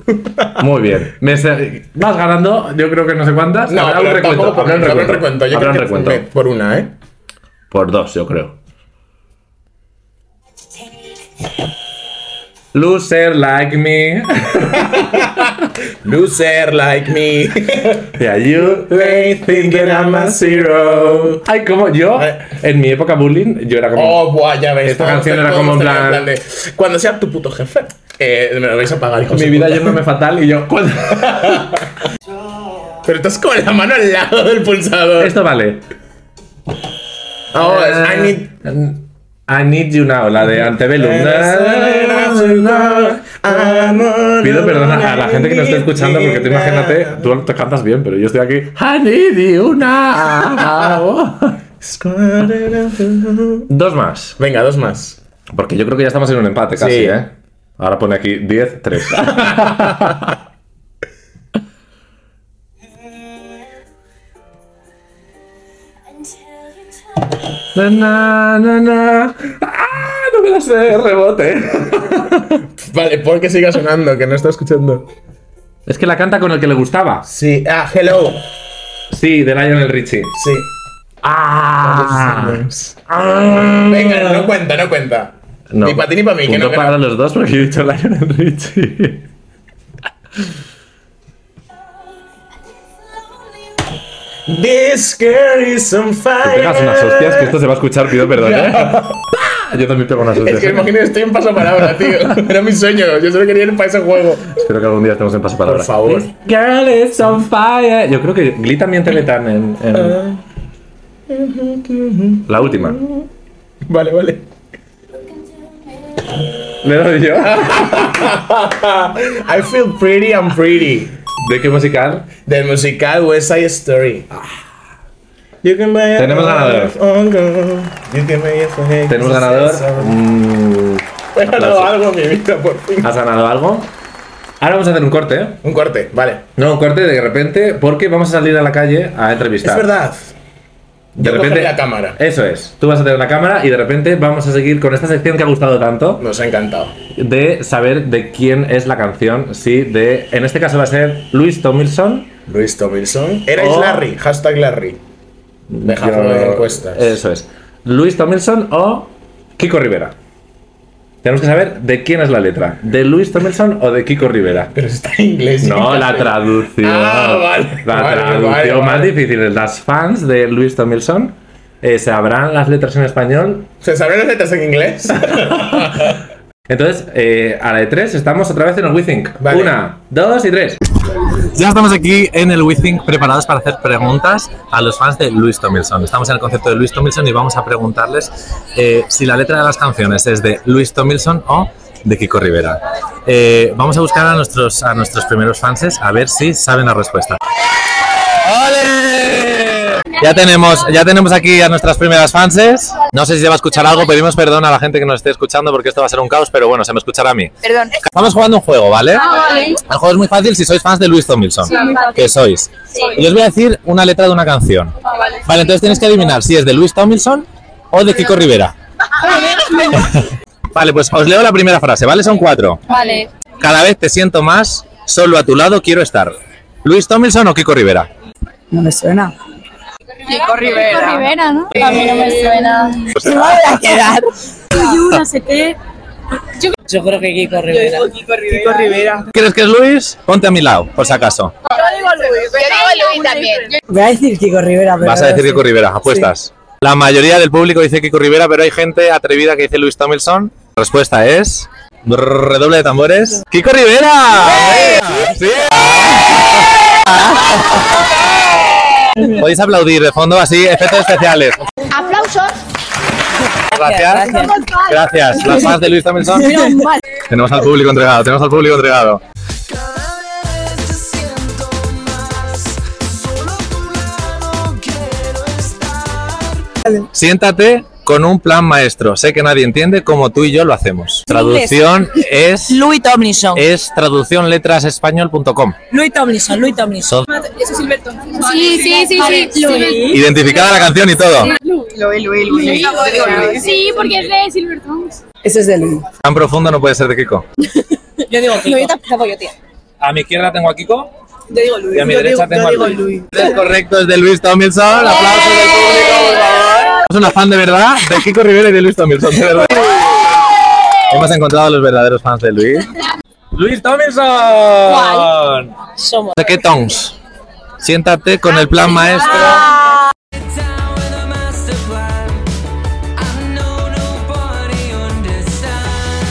[SPEAKER 2] Muy bien. Me se- Vas ganando, yo creo que no sé cuántas.
[SPEAKER 3] No,
[SPEAKER 2] Habrá
[SPEAKER 3] pero
[SPEAKER 2] un recuento.
[SPEAKER 3] tampoco por
[SPEAKER 2] habrá un
[SPEAKER 3] habrá un
[SPEAKER 2] recuento.
[SPEAKER 3] recuento. Yo
[SPEAKER 2] habrá
[SPEAKER 3] creo
[SPEAKER 2] un
[SPEAKER 3] que
[SPEAKER 2] recuento.
[SPEAKER 3] me- por una, ¿eh?
[SPEAKER 2] Por dos, yo creo. Loser like me.
[SPEAKER 3] Loser like me.
[SPEAKER 2] Yeah, you
[SPEAKER 3] They thinking I'm a zero.
[SPEAKER 2] Ay, como yo, en mi época bullying, yo era como.
[SPEAKER 3] Oh, buah, ya ves.
[SPEAKER 2] Esta
[SPEAKER 3] todos
[SPEAKER 2] canción era
[SPEAKER 3] todos
[SPEAKER 2] como en
[SPEAKER 3] tenían
[SPEAKER 2] plan-
[SPEAKER 3] de, Cuando sea tu puto jefe, eh, me lo vais a pagar, hijos
[SPEAKER 2] mi
[SPEAKER 3] de
[SPEAKER 2] vida
[SPEAKER 3] puta".
[SPEAKER 2] yéndome fatal y yo. ¿cuándo?
[SPEAKER 3] Pero estás con la mano al lado del pulsador.
[SPEAKER 2] Esto vale. Ah,
[SPEAKER 3] Oh, I need.
[SPEAKER 2] I need you now, la de Antebellum.
[SPEAKER 3] Ah,
[SPEAKER 2] Pido perdón a la gente que nos está escuchando porque tú imagínate, tú te cantas bien, pero yo estoy aquí. I need you now. Dos más.
[SPEAKER 3] Venga, dos más.
[SPEAKER 2] Porque yo creo que ya estamos en un empate casi,
[SPEAKER 3] Sí.
[SPEAKER 2] ¿eh? Ahora pone aquí 10, 3.
[SPEAKER 4] Until you tell me
[SPEAKER 2] na, na, na, na. ¡Ah! No me la sé, rebote.
[SPEAKER 3] Vale, pon que siga sonando, que no está escuchando.
[SPEAKER 2] es que la canta con el que le gustaba.
[SPEAKER 3] Sí, ah, hello.
[SPEAKER 2] Sí, de Lionel Richie.
[SPEAKER 3] Sí.
[SPEAKER 2] ¡Ah! ¡Ah!
[SPEAKER 3] Venga, no cuenta, no cuenta.
[SPEAKER 2] No.
[SPEAKER 3] Ni para ti ni para mí, que
[SPEAKER 2] Punto
[SPEAKER 3] no, que no.
[SPEAKER 2] para los dos porque yo he dicho Lionel Richie.
[SPEAKER 3] This girl is on fire.
[SPEAKER 2] Pegas unas hostias que esto se va a escuchar, pido perdón, ¿eh? Yo también pego unas hostias.
[SPEAKER 3] Es que imagino estoy en paso palabra, tío. Era mi sueño, yo solo quería ir para ese juego.
[SPEAKER 2] Espero que algún día estemos en pasapalabra.
[SPEAKER 3] Por favor.
[SPEAKER 2] This Girl is on fire. Yo creo que Glee también te metan en, en- La última.
[SPEAKER 3] Vale, vale.
[SPEAKER 2] ¿Le doy yo?
[SPEAKER 3] I feel pretty, I'm pretty.
[SPEAKER 2] ¿De qué musical?
[SPEAKER 3] Del musical West Side Story. You can buy a-
[SPEAKER 2] Tenemos ganador.
[SPEAKER 3] You can buy a-
[SPEAKER 2] Tenemos ganador. Mm,
[SPEAKER 3] He ganado
[SPEAKER 2] Aplausos.
[SPEAKER 3] algo en mi vida, por fin.
[SPEAKER 2] ¿Has ganado algo? Ahora vamos a hacer un corte, ¿eh?
[SPEAKER 3] Un corte, vale.
[SPEAKER 2] No, un corte de repente porque vamos a salir a la calle a entrevistar.
[SPEAKER 3] Es verdad.
[SPEAKER 2] De
[SPEAKER 3] Yo
[SPEAKER 2] repente
[SPEAKER 3] cogeré la cámara.
[SPEAKER 2] Eso es. Tú vas a tener la cámara y de repente vamos a seguir con esta sección que ha gustado tanto
[SPEAKER 3] Nos ha encantado.
[SPEAKER 2] de saber de quién es la canción, sí, de en este caso va a ser Luis Tomilson.
[SPEAKER 3] Luis Tomilson. Erais
[SPEAKER 2] Oh.
[SPEAKER 3] Larry, hashtag Larry. Dejadlo
[SPEAKER 2] Yo-
[SPEAKER 3] de encuestas.
[SPEAKER 2] Eso es. Luis Tomilson o Kiko Rivera. Tenemos que saber de quién es la letra, de Luis Tomilson o de Kiko Rivera.
[SPEAKER 3] Pero está en inglés.
[SPEAKER 2] No, la traducción.
[SPEAKER 3] Ah, vale.
[SPEAKER 2] La
[SPEAKER 3] Vale,
[SPEAKER 2] traducción
[SPEAKER 3] vale, vale.
[SPEAKER 2] más difícil. Las fans de Luis Tomilson eh, sabrán las letras en español
[SPEAKER 3] ¿Se sabrán las letras en inglés?
[SPEAKER 2] Entonces, eh, a la de tres estamos otra vez en el WeThink.
[SPEAKER 3] Vale.
[SPEAKER 2] Una, dos y tres. Ya estamos aquí en el WeThink preparados para hacer preguntas a los fans de Luis Tomilson. Estamos en el concepto de Luis Tomilson y vamos a preguntarles eh, si la letra de las canciones es de Luis Tomilson o de Kiko Rivera. Eh, vamos a buscar a nuestros, a nuestros primeros fans a ver si saben la respuesta. ¡Ole! Ya tenemos, ya tenemos aquí a nuestras primeras fanses. No sé si se va a escuchar algo, pedimos perdón a la gente que nos esté escuchando porque esto va a ser un caos, pero bueno, se me escuchará a mí.
[SPEAKER 5] Perdón.
[SPEAKER 2] Vamos jugando un juego, ¿vale?
[SPEAKER 5] Ah, vale.
[SPEAKER 2] El juego es muy fácil si sois fans de Luis Tomilson, que sois. Y os voy a decir una letra de una canción.
[SPEAKER 5] vale.
[SPEAKER 2] Vale, entonces tenéis que adivinar si es de Luis Tomilson o de Kiko Rivera. Vale, pues os leo la primera frase, ¿vale? Son cuatro.
[SPEAKER 5] Vale.
[SPEAKER 2] Cada vez te siento más, solo a tu lado quiero estar. ¿Luis Tomilson o Kiko Rivera?
[SPEAKER 6] No me suena.
[SPEAKER 5] Kiko Rivera.
[SPEAKER 4] Rivera, ¿no? A mí no me suena.
[SPEAKER 6] ¿Qué va a quedar?
[SPEAKER 4] no sé qué.
[SPEAKER 6] Yo creo que Kiko Rivera. Kiko Rivera.
[SPEAKER 2] ¿Crees que es Luis? Ponte a mi lado, por si acaso.
[SPEAKER 5] Yo digo Luis también.
[SPEAKER 6] Voy a decir Kiko Rivera, pero.
[SPEAKER 2] Vas a
[SPEAKER 6] no
[SPEAKER 2] decir
[SPEAKER 6] sé.
[SPEAKER 2] Kiko Rivera, apuestas. La mayoría del público dice Kiko Rivera, pero hay gente atrevida que dice Luis Tomilson. La respuesta es. brrr, Redoble de tambores. ¡Kiko Rivera! ¡Sí! Podéis aplaudir de fondo así, efectos especiales.
[SPEAKER 5] Aplausos.
[SPEAKER 2] Gracias. Gracias. Las fans de Luis Tomilson. Tenemos al público entregado, tenemos al público entregado.
[SPEAKER 7] Cada vez te siento más, solo a tu lado quiero estar.
[SPEAKER 2] Siéntate con un plan maestro. Sé que nadie entiende como tú y yo lo hacemos. Traducción es
[SPEAKER 6] Louis Tomlinson.
[SPEAKER 2] es traduccionletrasespañol.com.
[SPEAKER 6] Louis Tomlinson, Louis Tomlinson.
[SPEAKER 5] Sí, sí, sí, sí.
[SPEAKER 2] Identificada la canción y todo.
[SPEAKER 4] Sí, porque es de Silvertones.
[SPEAKER 6] Ese es de Luis.
[SPEAKER 2] Tan profundo no puede ser de Kiko.
[SPEAKER 6] Yo digo Kiko.
[SPEAKER 2] A mi izquierda tengo a Kiko
[SPEAKER 6] Yo digo Luis.
[SPEAKER 2] y a mi
[SPEAKER 6] yo
[SPEAKER 2] derecha
[SPEAKER 6] digo,
[SPEAKER 2] tengo
[SPEAKER 6] yo
[SPEAKER 2] a
[SPEAKER 6] digo
[SPEAKER 2] Luis.
[SPEAKER 6] Luis.
[SPEAKER 2] Es correcto, es de Luis Tomilson. Aplausos del público, por favor. Es una fan de verdad de Kiko Rivera y de Luis Tomilson, de verdad. Hemos encontrado a los verdaderos fans de Luis. ¡Luis Tomilson!
[SPEAKER 6] Somos.
[SPEAKER 2] ¿De qué tons? Siéntate con el plan maestro.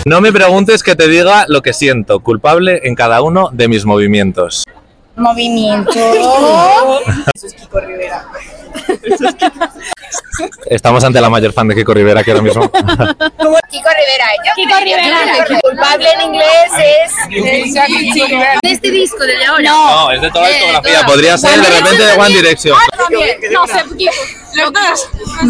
[SPEAKER 2] No me preguntes que te diga lo que siento, culpable en cada uno de mis movimientos.
[SPEAKER 6] Eso es Kiko Rivera.
[SPEAKER 2] Estamos ante la mayor fan de Kiko Rivera que ahora mismo.
[SPEAKER 5] Kiko Rivera. Yo
[SPEAKER 4] Kiko Rivera.
[SPEAKER 5] El culpable en inglés es.
[SPEAKER 4] De este disco, de ahora.
[SPEAKER 2] No, es de toda la discografía. Podría ser de repente de One Direction.
[SPEAKER 4] No sé, Kiko.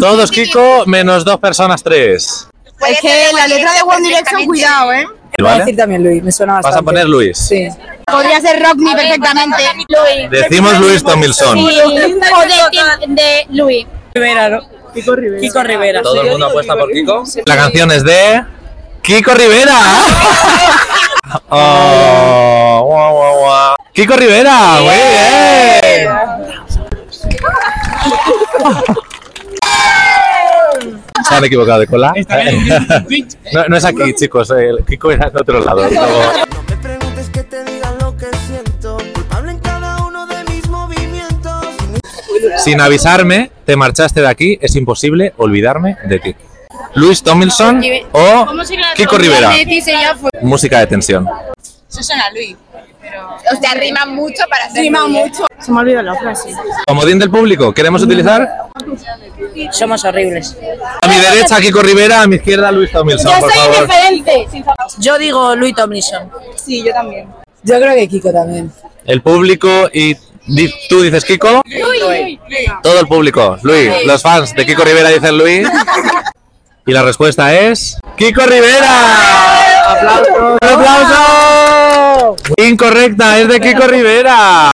[SPEAKER 2] Todos Kiko menos dos personas tres.
[SPEAKER 5] Es que la letra de One Direction, cuidado, ¿eh?
[SPEAKER 6] Voy a
[SPEAKER 2] ¿Vale?
[SPEAKER 6] decir también Luis, me suena
[SPEAKER 2] Vas a
[SPEAKER 6] bastante.
[SPEAKER 2] poner Luis.
[SPEAKER 6] Sí.
[SPEAKER 5] Podría ser Rock Me perfectamente. Louis.
[SPEAKER 2] Decimos Luis Tomilson.
[SPEAKER 4] O de, de Louis.
[SPEAKER 6] Rivera, ¿no? Kiko Rivera. Kiko Rivera.
[SPEAKER 2] Todo el mundo apuesta por Kiko. La canción es de Kiko Rivera. Oh, guau, guau, guau. Kiko Rivera, muy bien. Se han equivocado de cola. No, no es aquí, chicos. eh, El Kiko era de otro lado.
[SPEAKER 7] No me preguntes que te diga lo que siento. Culpable en cada uno de mis movimientos.
[SPEAKER 2] Sin avisarme, te marchaste de aquí. Es imposible olvidarme de ti. Luis Tomilson o Kiko Rivera.
[SPEAKER 5] pues,
[SPEAKER 2] Música de tensión.
[SPEAKER 5] O sea, rima mucho para ser.
[SPEAKER 6] Rima mucho. Se me ha olvidado la frase.
[SPEAKER 2] Comodín del público, ¿queremos utilizar?
[SPEAKER 6] Somos horribles.
[SPEAKER 2] A mi derecha Kiko Rivera, a mi izquierda Luis Tomilson, por favor.
[SPEAKER 5] diferente.
[SPEAKER 6] Yo digo Luis Tomlinson. Sí, yo también. Yo creo que Kiko también.
[SPEAKER 2] El público y di- tú dices Kiko. Todo el público, Luis, los fans de Kiko Rivera dicen Luis. Y la respuesta es Kiko Rivera. Aplauso. Aplauso. Incorrecta, es de Kiko Rivera.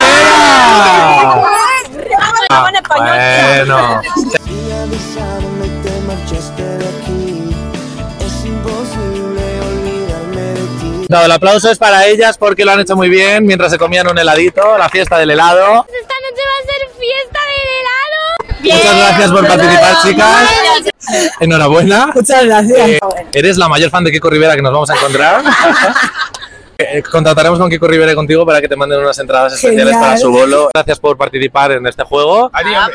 [SPEAKER 2] Bueno.
[SPEAKER 7] Sin avisarme te marchaste de aquí. Es imposible olvidarme de ti.
[SPEAKER 2] No, el aplauso es para ellas porque lo han hecho muy bien mientras se comían un heladito, la fiesta del helado.
[SPEAKER 4] Esta noche va a ser fiesta del helado.
[SPEAKER 2] Muchas gracias por participar, chicas. Enhorabuena.
[SPEAKER 6] Muchas gracias.
[SPEAKER 2] Eh, eres la mayor fan de Kiko Rivera que nos vamos a encontrar. Eh, Contrataremos con Kiko Rivera y contigo para que te manden unas entradas especiales
[SPEAKER 6] Genial.
[SPEAKER 2] para su bolo. Gracias por participar en este juego.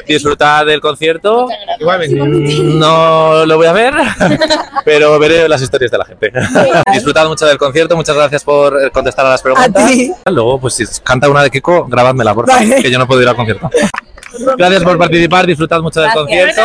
[SPEAKER 2] Disfrutad del concierto. Mm, No lo voy a ver, pero veré las historias de la gente. Disfrutad mucho del concierto. Muchas gracias por eh, contestar a las preguntas.
[SPEAKER 6] ti.
[SPEAKER 2] Luego, pues si canta una de Kiko, grabádmela, por favor,
[SPEAKER 6] Vale.
[SPEAKER 2] que yo no puedo ir al concierto. Gracias por participar, disfrutad mucho del concierto.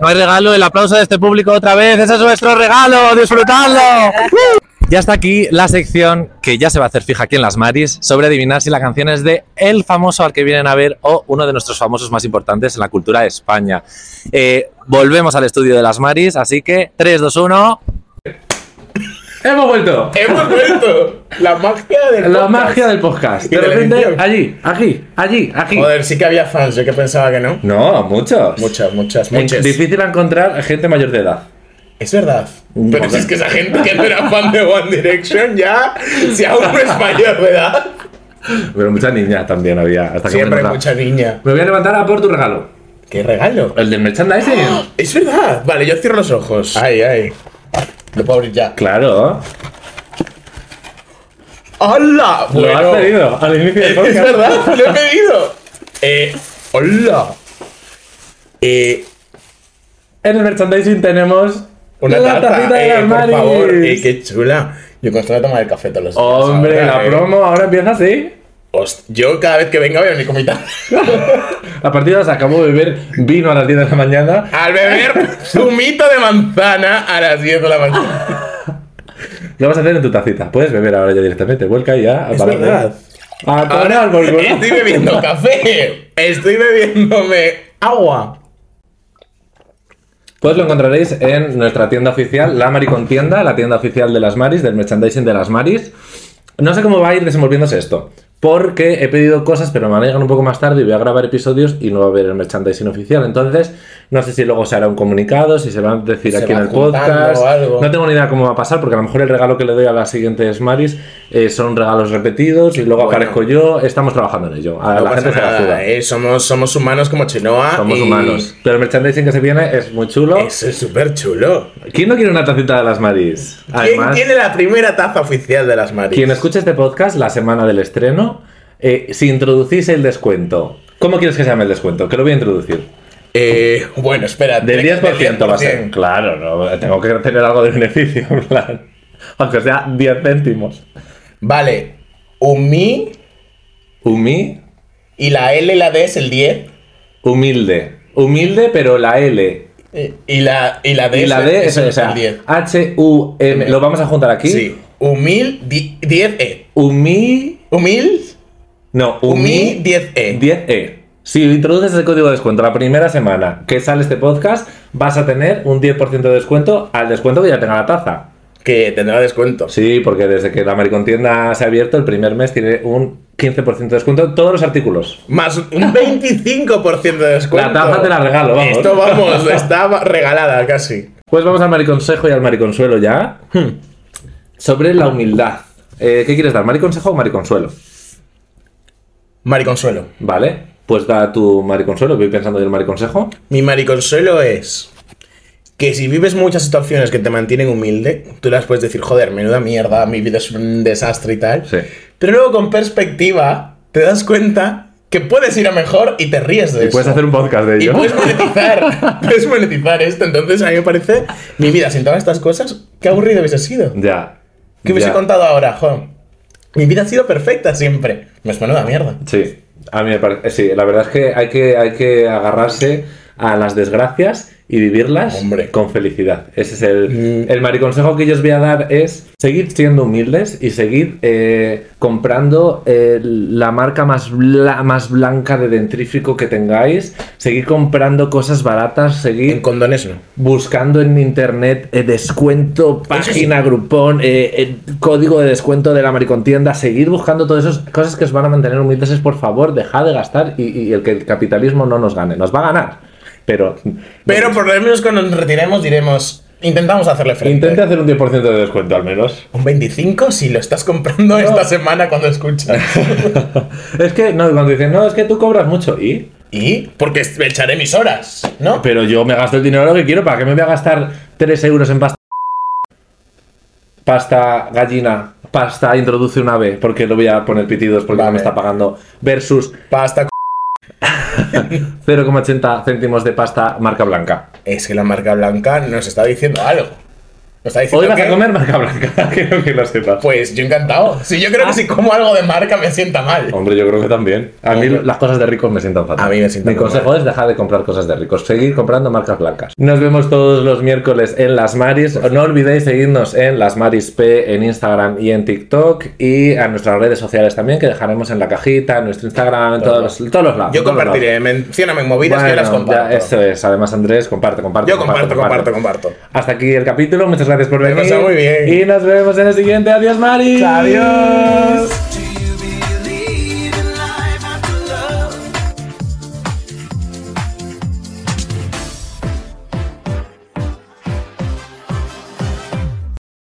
[SPEAKER 2] No hay regalo, el aplauso de este público otra vez, ese es nuestro regalo, disfrutadlo. Ya está aquí la sección que ya se va a hacer fija aquí en las Maris sobre adivinar si la canción es de el famoso al que vienen a ver o uno de nuestros famosos más importantes en la cultura de España. Eh, volvemos al estudio de las Maris, así que 3, 2, 1.
[SPEAKER 1] ¡Hemos vuelto!
[SPEAKER 3] Hemos vuelto. La magia del.
[SPEAKER 2] La
[SPEAKER 3] podcast.
[SPEAKER 2] magia del podcast.
[SPEAKER 3] Y
[SPEAKER 2] De
[SPEAKER 3] de la
[SPEAKER 2] repente,
[SPEAKER 3] edición.
[SPEAKER 2] allí, aquí, allí, aquí.
[SPEAKER 3] Joder, sí que había fans, yo que pensaba que no.
[SPEAKER 2] No, muchos.
[SPEAKER 3] Muchas, muchas,
[SPEAKER 2] En-
[SPEAKER 3] muchas.
[SPEAKER 2] Difícil encontrar gente mayor de edad.
[SPEAKER 3] Es verdad. Pero si es que esa gente que no era fan de One Direction ya, si aún no es mayor de edad.
[SPEAKER 2] Pero muchas niñas también había. Hasta que
[SPEAKER 3] Siempre hay
[SPEAKER 2] me,
[SPEAKER 3] mucha niña.
[SPEAKER 2] me voy a levantar a por tu regalo.
[SPEAKER 3] ¡Qué regalo!
[SPEAKER 2] El del merchandising.
[SPEAKER 3] Es verdad. Vale, yo cierro los ojos. Ay, ay. Lo puedo abrir ya.
[SPEAKER 2] Claro.
[SPEAKER 3] ¡Hola!
[SPEAKER 2] Lo has pedido al inicio del
[SPEAKER 3] Es
[SPEAKER 2] podcast.
[SPEAKER 3] verdad, lo he pedido. Eh, hola. Eh,
[SPEAKER 2] En el merchandising tenemos
[SPEAKER 3] una
[SPEAKER 2] la
[SPEAKER 3] taza,
[SPEAKER 2] tacita de
[SPEAKER 3] eh,
[SPEAKER 2] las
[SPEAKER 3] por favor. Eh,
[SPEAKER 2] Maris.
[SPEAKER 3] qué chula. Yo con esto voy a tomar el café todos los días
[SPEAKER 2] Hombre,
[SPEAKER 3] ahora,
[SPEAKER 2] la
[SPEAKER 3] eh.
[SPEAKER 2] promo ahora empieza así.
[SPEAKER 3] Host- yo cada vez que venga voy a venir con mi taza.
[SPEAKER 2] A partir de ahora se acabó de beber vino a las 10 de la mañana.
[SPEAKER 3] Al beber zumito de manzana a las 10 de la mañana.
[SPEAKER 2] Lo vas a hacer en tu tacita. Puedes beber ahora ya directamente. Vuelca y ya.
[SPEAKER 3] Es
[SPEAKER 2] para-
[SPEAKER 3] verdad.
[SPEAKER 2] A tomar
[SPEAKER 3] Ahora
[SPEAKER 2] al borbón.
[SPEAKER 3] estoy bebiendo café. Estoy bebiéndome agua.
[SPEAKER 2] Pues lo encontraréis en nuestra tienda oficial, La Maricon Tienda, la tienda oficial de las Maris, del merchandising de las Maris. No sé cómo va a ir desenvolviéndose esto, porque he pedido cosas, pero me llegan un poco más tarde y voy a grabar episodios y no va a haber el merchandising oficial. Entonces, No sé si luego se hará un comunicado, si se va a decir
[SPEAKER 3] Se
[SPEAKER 2] aquí en
[SPEAKER 3] va
[SPEAKER 2] el
[SPEAKER 3] juntando
[SPEAKER 2] podcast.
[SPEAKER 3] o algo.
[SPEAKER 2] No tengo ni idea cómo va a pasar, porque a lo mejor el regalo que le doy a las siguientes Maris eh, son regalos repetidos y luego
[SPEAKER 3] Bueno.
[SPEAKER 2] aparezco yo. Estamos trabajando en ello. A
[SPEAKER 3] No
[SPEAKER 2] Ah, la
[SPEAKER 3] pasa
[SPEAKER 2] gente se la
[SPEAKER 3] nada,
[SPEAKER 2] suda.
[SPEAKER 3] eh, somos, somos humanos como Chenoa.
[SPEAKER 2] Somos
[SPEAKER 3] y
[SPEAKER 2] humanos. Pero el merchandising que se viene es muy chulo.
[SPEAKER 3] Eso es súper chulo.
[SPEAKER 2] ¿Quién no quiere una tacita de las Maris?
[SPEAKER 3] ¿Quién tiene la primera taza oficial de las Maris?
[SPEAKER 2] Quien escuche este podcast la semana del estreno, eh, si introducís el descuento, ¿cómo quieres que se llame el descuento? Que lo voy a introducir.
[SPEAKER 3] Eh, bueno, espera.
[SPEAKER 2] Del 10%, va a ser.
[SPEAKER 3] 10%.
[SPEAKER 2] Claro, no, tengo que tener algo de beneficio, en plan. Aunque sea 10 céntimos.
[SPEAKER 3] Vale. Umi
[SPEAKER 2] Humi,
[SPEAKER 3] y la L y la D es el 10.
[SPEAKER 2] humilde. Humilde, pero la L
[SPEAKER 3] eh, Y la, y la D,
[SPEAKER 2] y la D es, o sea,
[SPEAKER 3] el 10.
[SPEAKER 2] H-U-M. Lo vamos a juntar aquí.
[SPEAKER 3] Sí. Humil di- E. 10E.
[SPEAKER 2] Humi.
[SPEAKER 3] Humil,
[SPEAKER 2] No,
[SPEAKER 3] Umi E,
[SPEAKER 2] humi
[SPEAKER 3] 10E.
[SPEAKER 2] 10E. Eh, Si introduces el código de descuento la primera semana que sale este podcast, vas a tener un 10% de descuento al descuento que ya tenga la taza.
[SPEAKER 3] Que tendrá descuento.
[SPEAKER 2] Sí, porque desde que la maricontienda se ha abierto, el primer mes tiene un 15% de descuento en todos los artículos.
[SPEAKER 3] Más un 25% de
[SPEAKER 2] La
[SPEAKER 3] descuento.
[SPEAKER 2] taza te la regalo, vamos.
[SPEAKER 3] Esto vamos, está regalada casi.
[SPEAKER 2] Pues vamos al mariconsejo y al mariconsuelo ya. Hmm. Sobre la humildad. Eh, ¿Qué quieres dar, mariconsejo o mariconsuelo?
[SPEAKER 3] Mariconsuelo.
[SPEAKER 2] Vale, pues da tu mariconsuelo, voy pensando yo el mariconsejo.
[SPEAKER 3] Mi mariconsuelo es que si vives muchas situaciones que te mantienen humilde, tú las puedes decir, joder, menuda mierda, mi vida es un desastre y tal.
[SPEAKER 2] Sí.
[SPEAKER 3] Pero luego con perspectiva te das cuenta que puedes ir a mejor y te ríes de
[SPEAKER 2] Y
[SPEAKER 3] eso.
[SPEAKER 2] puedes hacer un podcast de
[SPEAKER 3] Y
[SPEAKER 2] ello.
[SPEAKER 3] puedes monetizar, puedes monetizar esto. Entonces a mí me parece, mi vida sin todas estas cosas, qué aburrido hubiese sido.
[SPEAKER 2] Ya.
[SPEAKER 3] ¿Qué hubiese
[SPEAKER 2] ya.
[SPEAKER 3] contado ahora, jo? Mi vida ha sido perfecta siempre. Me es menuda mierda.
[SPEAKER 2] Sí, a mí me parece. Sí, la verdad es que hay que, hay que agarrarse a las desgracias y vivirlas
[SPEAKER 3] Hombre. Mm.
[SPEAKER 2] con felicidad. Ese es el, el mariconsejo que yo os voy a dar es seguir siendo humildes y seguir eh, comprando eh, la marca más, bla- más blanca de dentrífico que tengáis, seguir comprando cosas baratas,
[SPEAKER 3] En
[SPEAKER 2] seguir
[SPEAKER 3] condones no.
[SPEAKER 2] buscando en internet eh, descuento, página, grupón, eh, eh, código de descuento de la maricontienda, seguir buscando todas esas cosas que os van a mantener humildes es por favor, dejad de gastar y, y el que el capitalismo no nos gane, nos va a ganar, pero,
[SPEAKER 3] Pero por lo menos cuando nos retiremos diremos, intentamos hacerle frente.
[SPEAKER 2] intente hacer un 10% de descuento al menos.
[SPEAKER 3] Un 25 si lo estás comprando esta semana cuando escuchas.
[SPEAKER 2] es que no, cuando dicen, no, es que tú cobras mucho y...
[SPEAKER 3] y porque me echaré mis horas, ¿no?
[SPEAKER 2] Pero yo me gasto el dinero lo que quiero, ¿para qué me voy a gastar 3 euros en pasta? Pasta gallina, pasta introduce un ave, porque lo voy a poner pitidos porque no
[SPEAKER 3] Vale.
[SPEAKER 2] me está pagando, versus
[SPEAKER 3] Pasta. c-
[SPEAKER 2] 0,80 céntimos de pasta marca blanca.
[SPEAKER 3] Es que la marca blanca nos está diciendo algo. Nos está diciendo
[SPEAKER 2] Hoy vas
[SPEAKER 3] que-
[SPEAKER 2] a comer marca blanca, quiero que lo sepas.
[SPEAKER 3] Pues yo encantado. Si yo creo que si como algo de marca me sienta mal.
[SPEAKER 2] Hombre, yo creo que también. A mí
[SPEAKER 3] Hombre.
[SPEAKER 2] las cosas de ricos me sientan fatal.
[SPEAKER 3] A mí me sientan
[SPEAKER 2] Mi
[SPEAKER 3] muy
[SPEAKER 2] consejo
[SPEAKER 3] mal.
[SPEAKER 2] es dejar de comprar cosas de ricos, seguir comprando marcas blancas. Nos vemos todos los miércoles en Las Maris. No olvidéis seguirnos en Las Maris P en Instagram y en TikTok y a nuestras redes sociales también que dejaremos en la cajita, en nuestro Instagram, en todos los, todos los lados.
[SPEAKER 3] Yo
[SPEAKER 2] en todos los lados.
[SPEAKER 3] compartiré, mencióname en movidas que yo las
[SPEAKER 2] Bueno,
[SPEAKER 3] comparto.
[SPEAKER 2] ya, eso es. Además, Andrés, comparte, comparte.
[SPEAKER 3] Yo comparto, comparto, comparto.
[SPEAKER 2] Hasta aquí el capítulo. Muchas gracias por
[SPEAKER 3] he
[SPEAKER 2] venir.
[SPEAKER 3] pasado muy bien.
[SPEAKER 2] Y nos vemos en el siguiente. Adiós, Mari.
[SPEAKER 3] Adiós.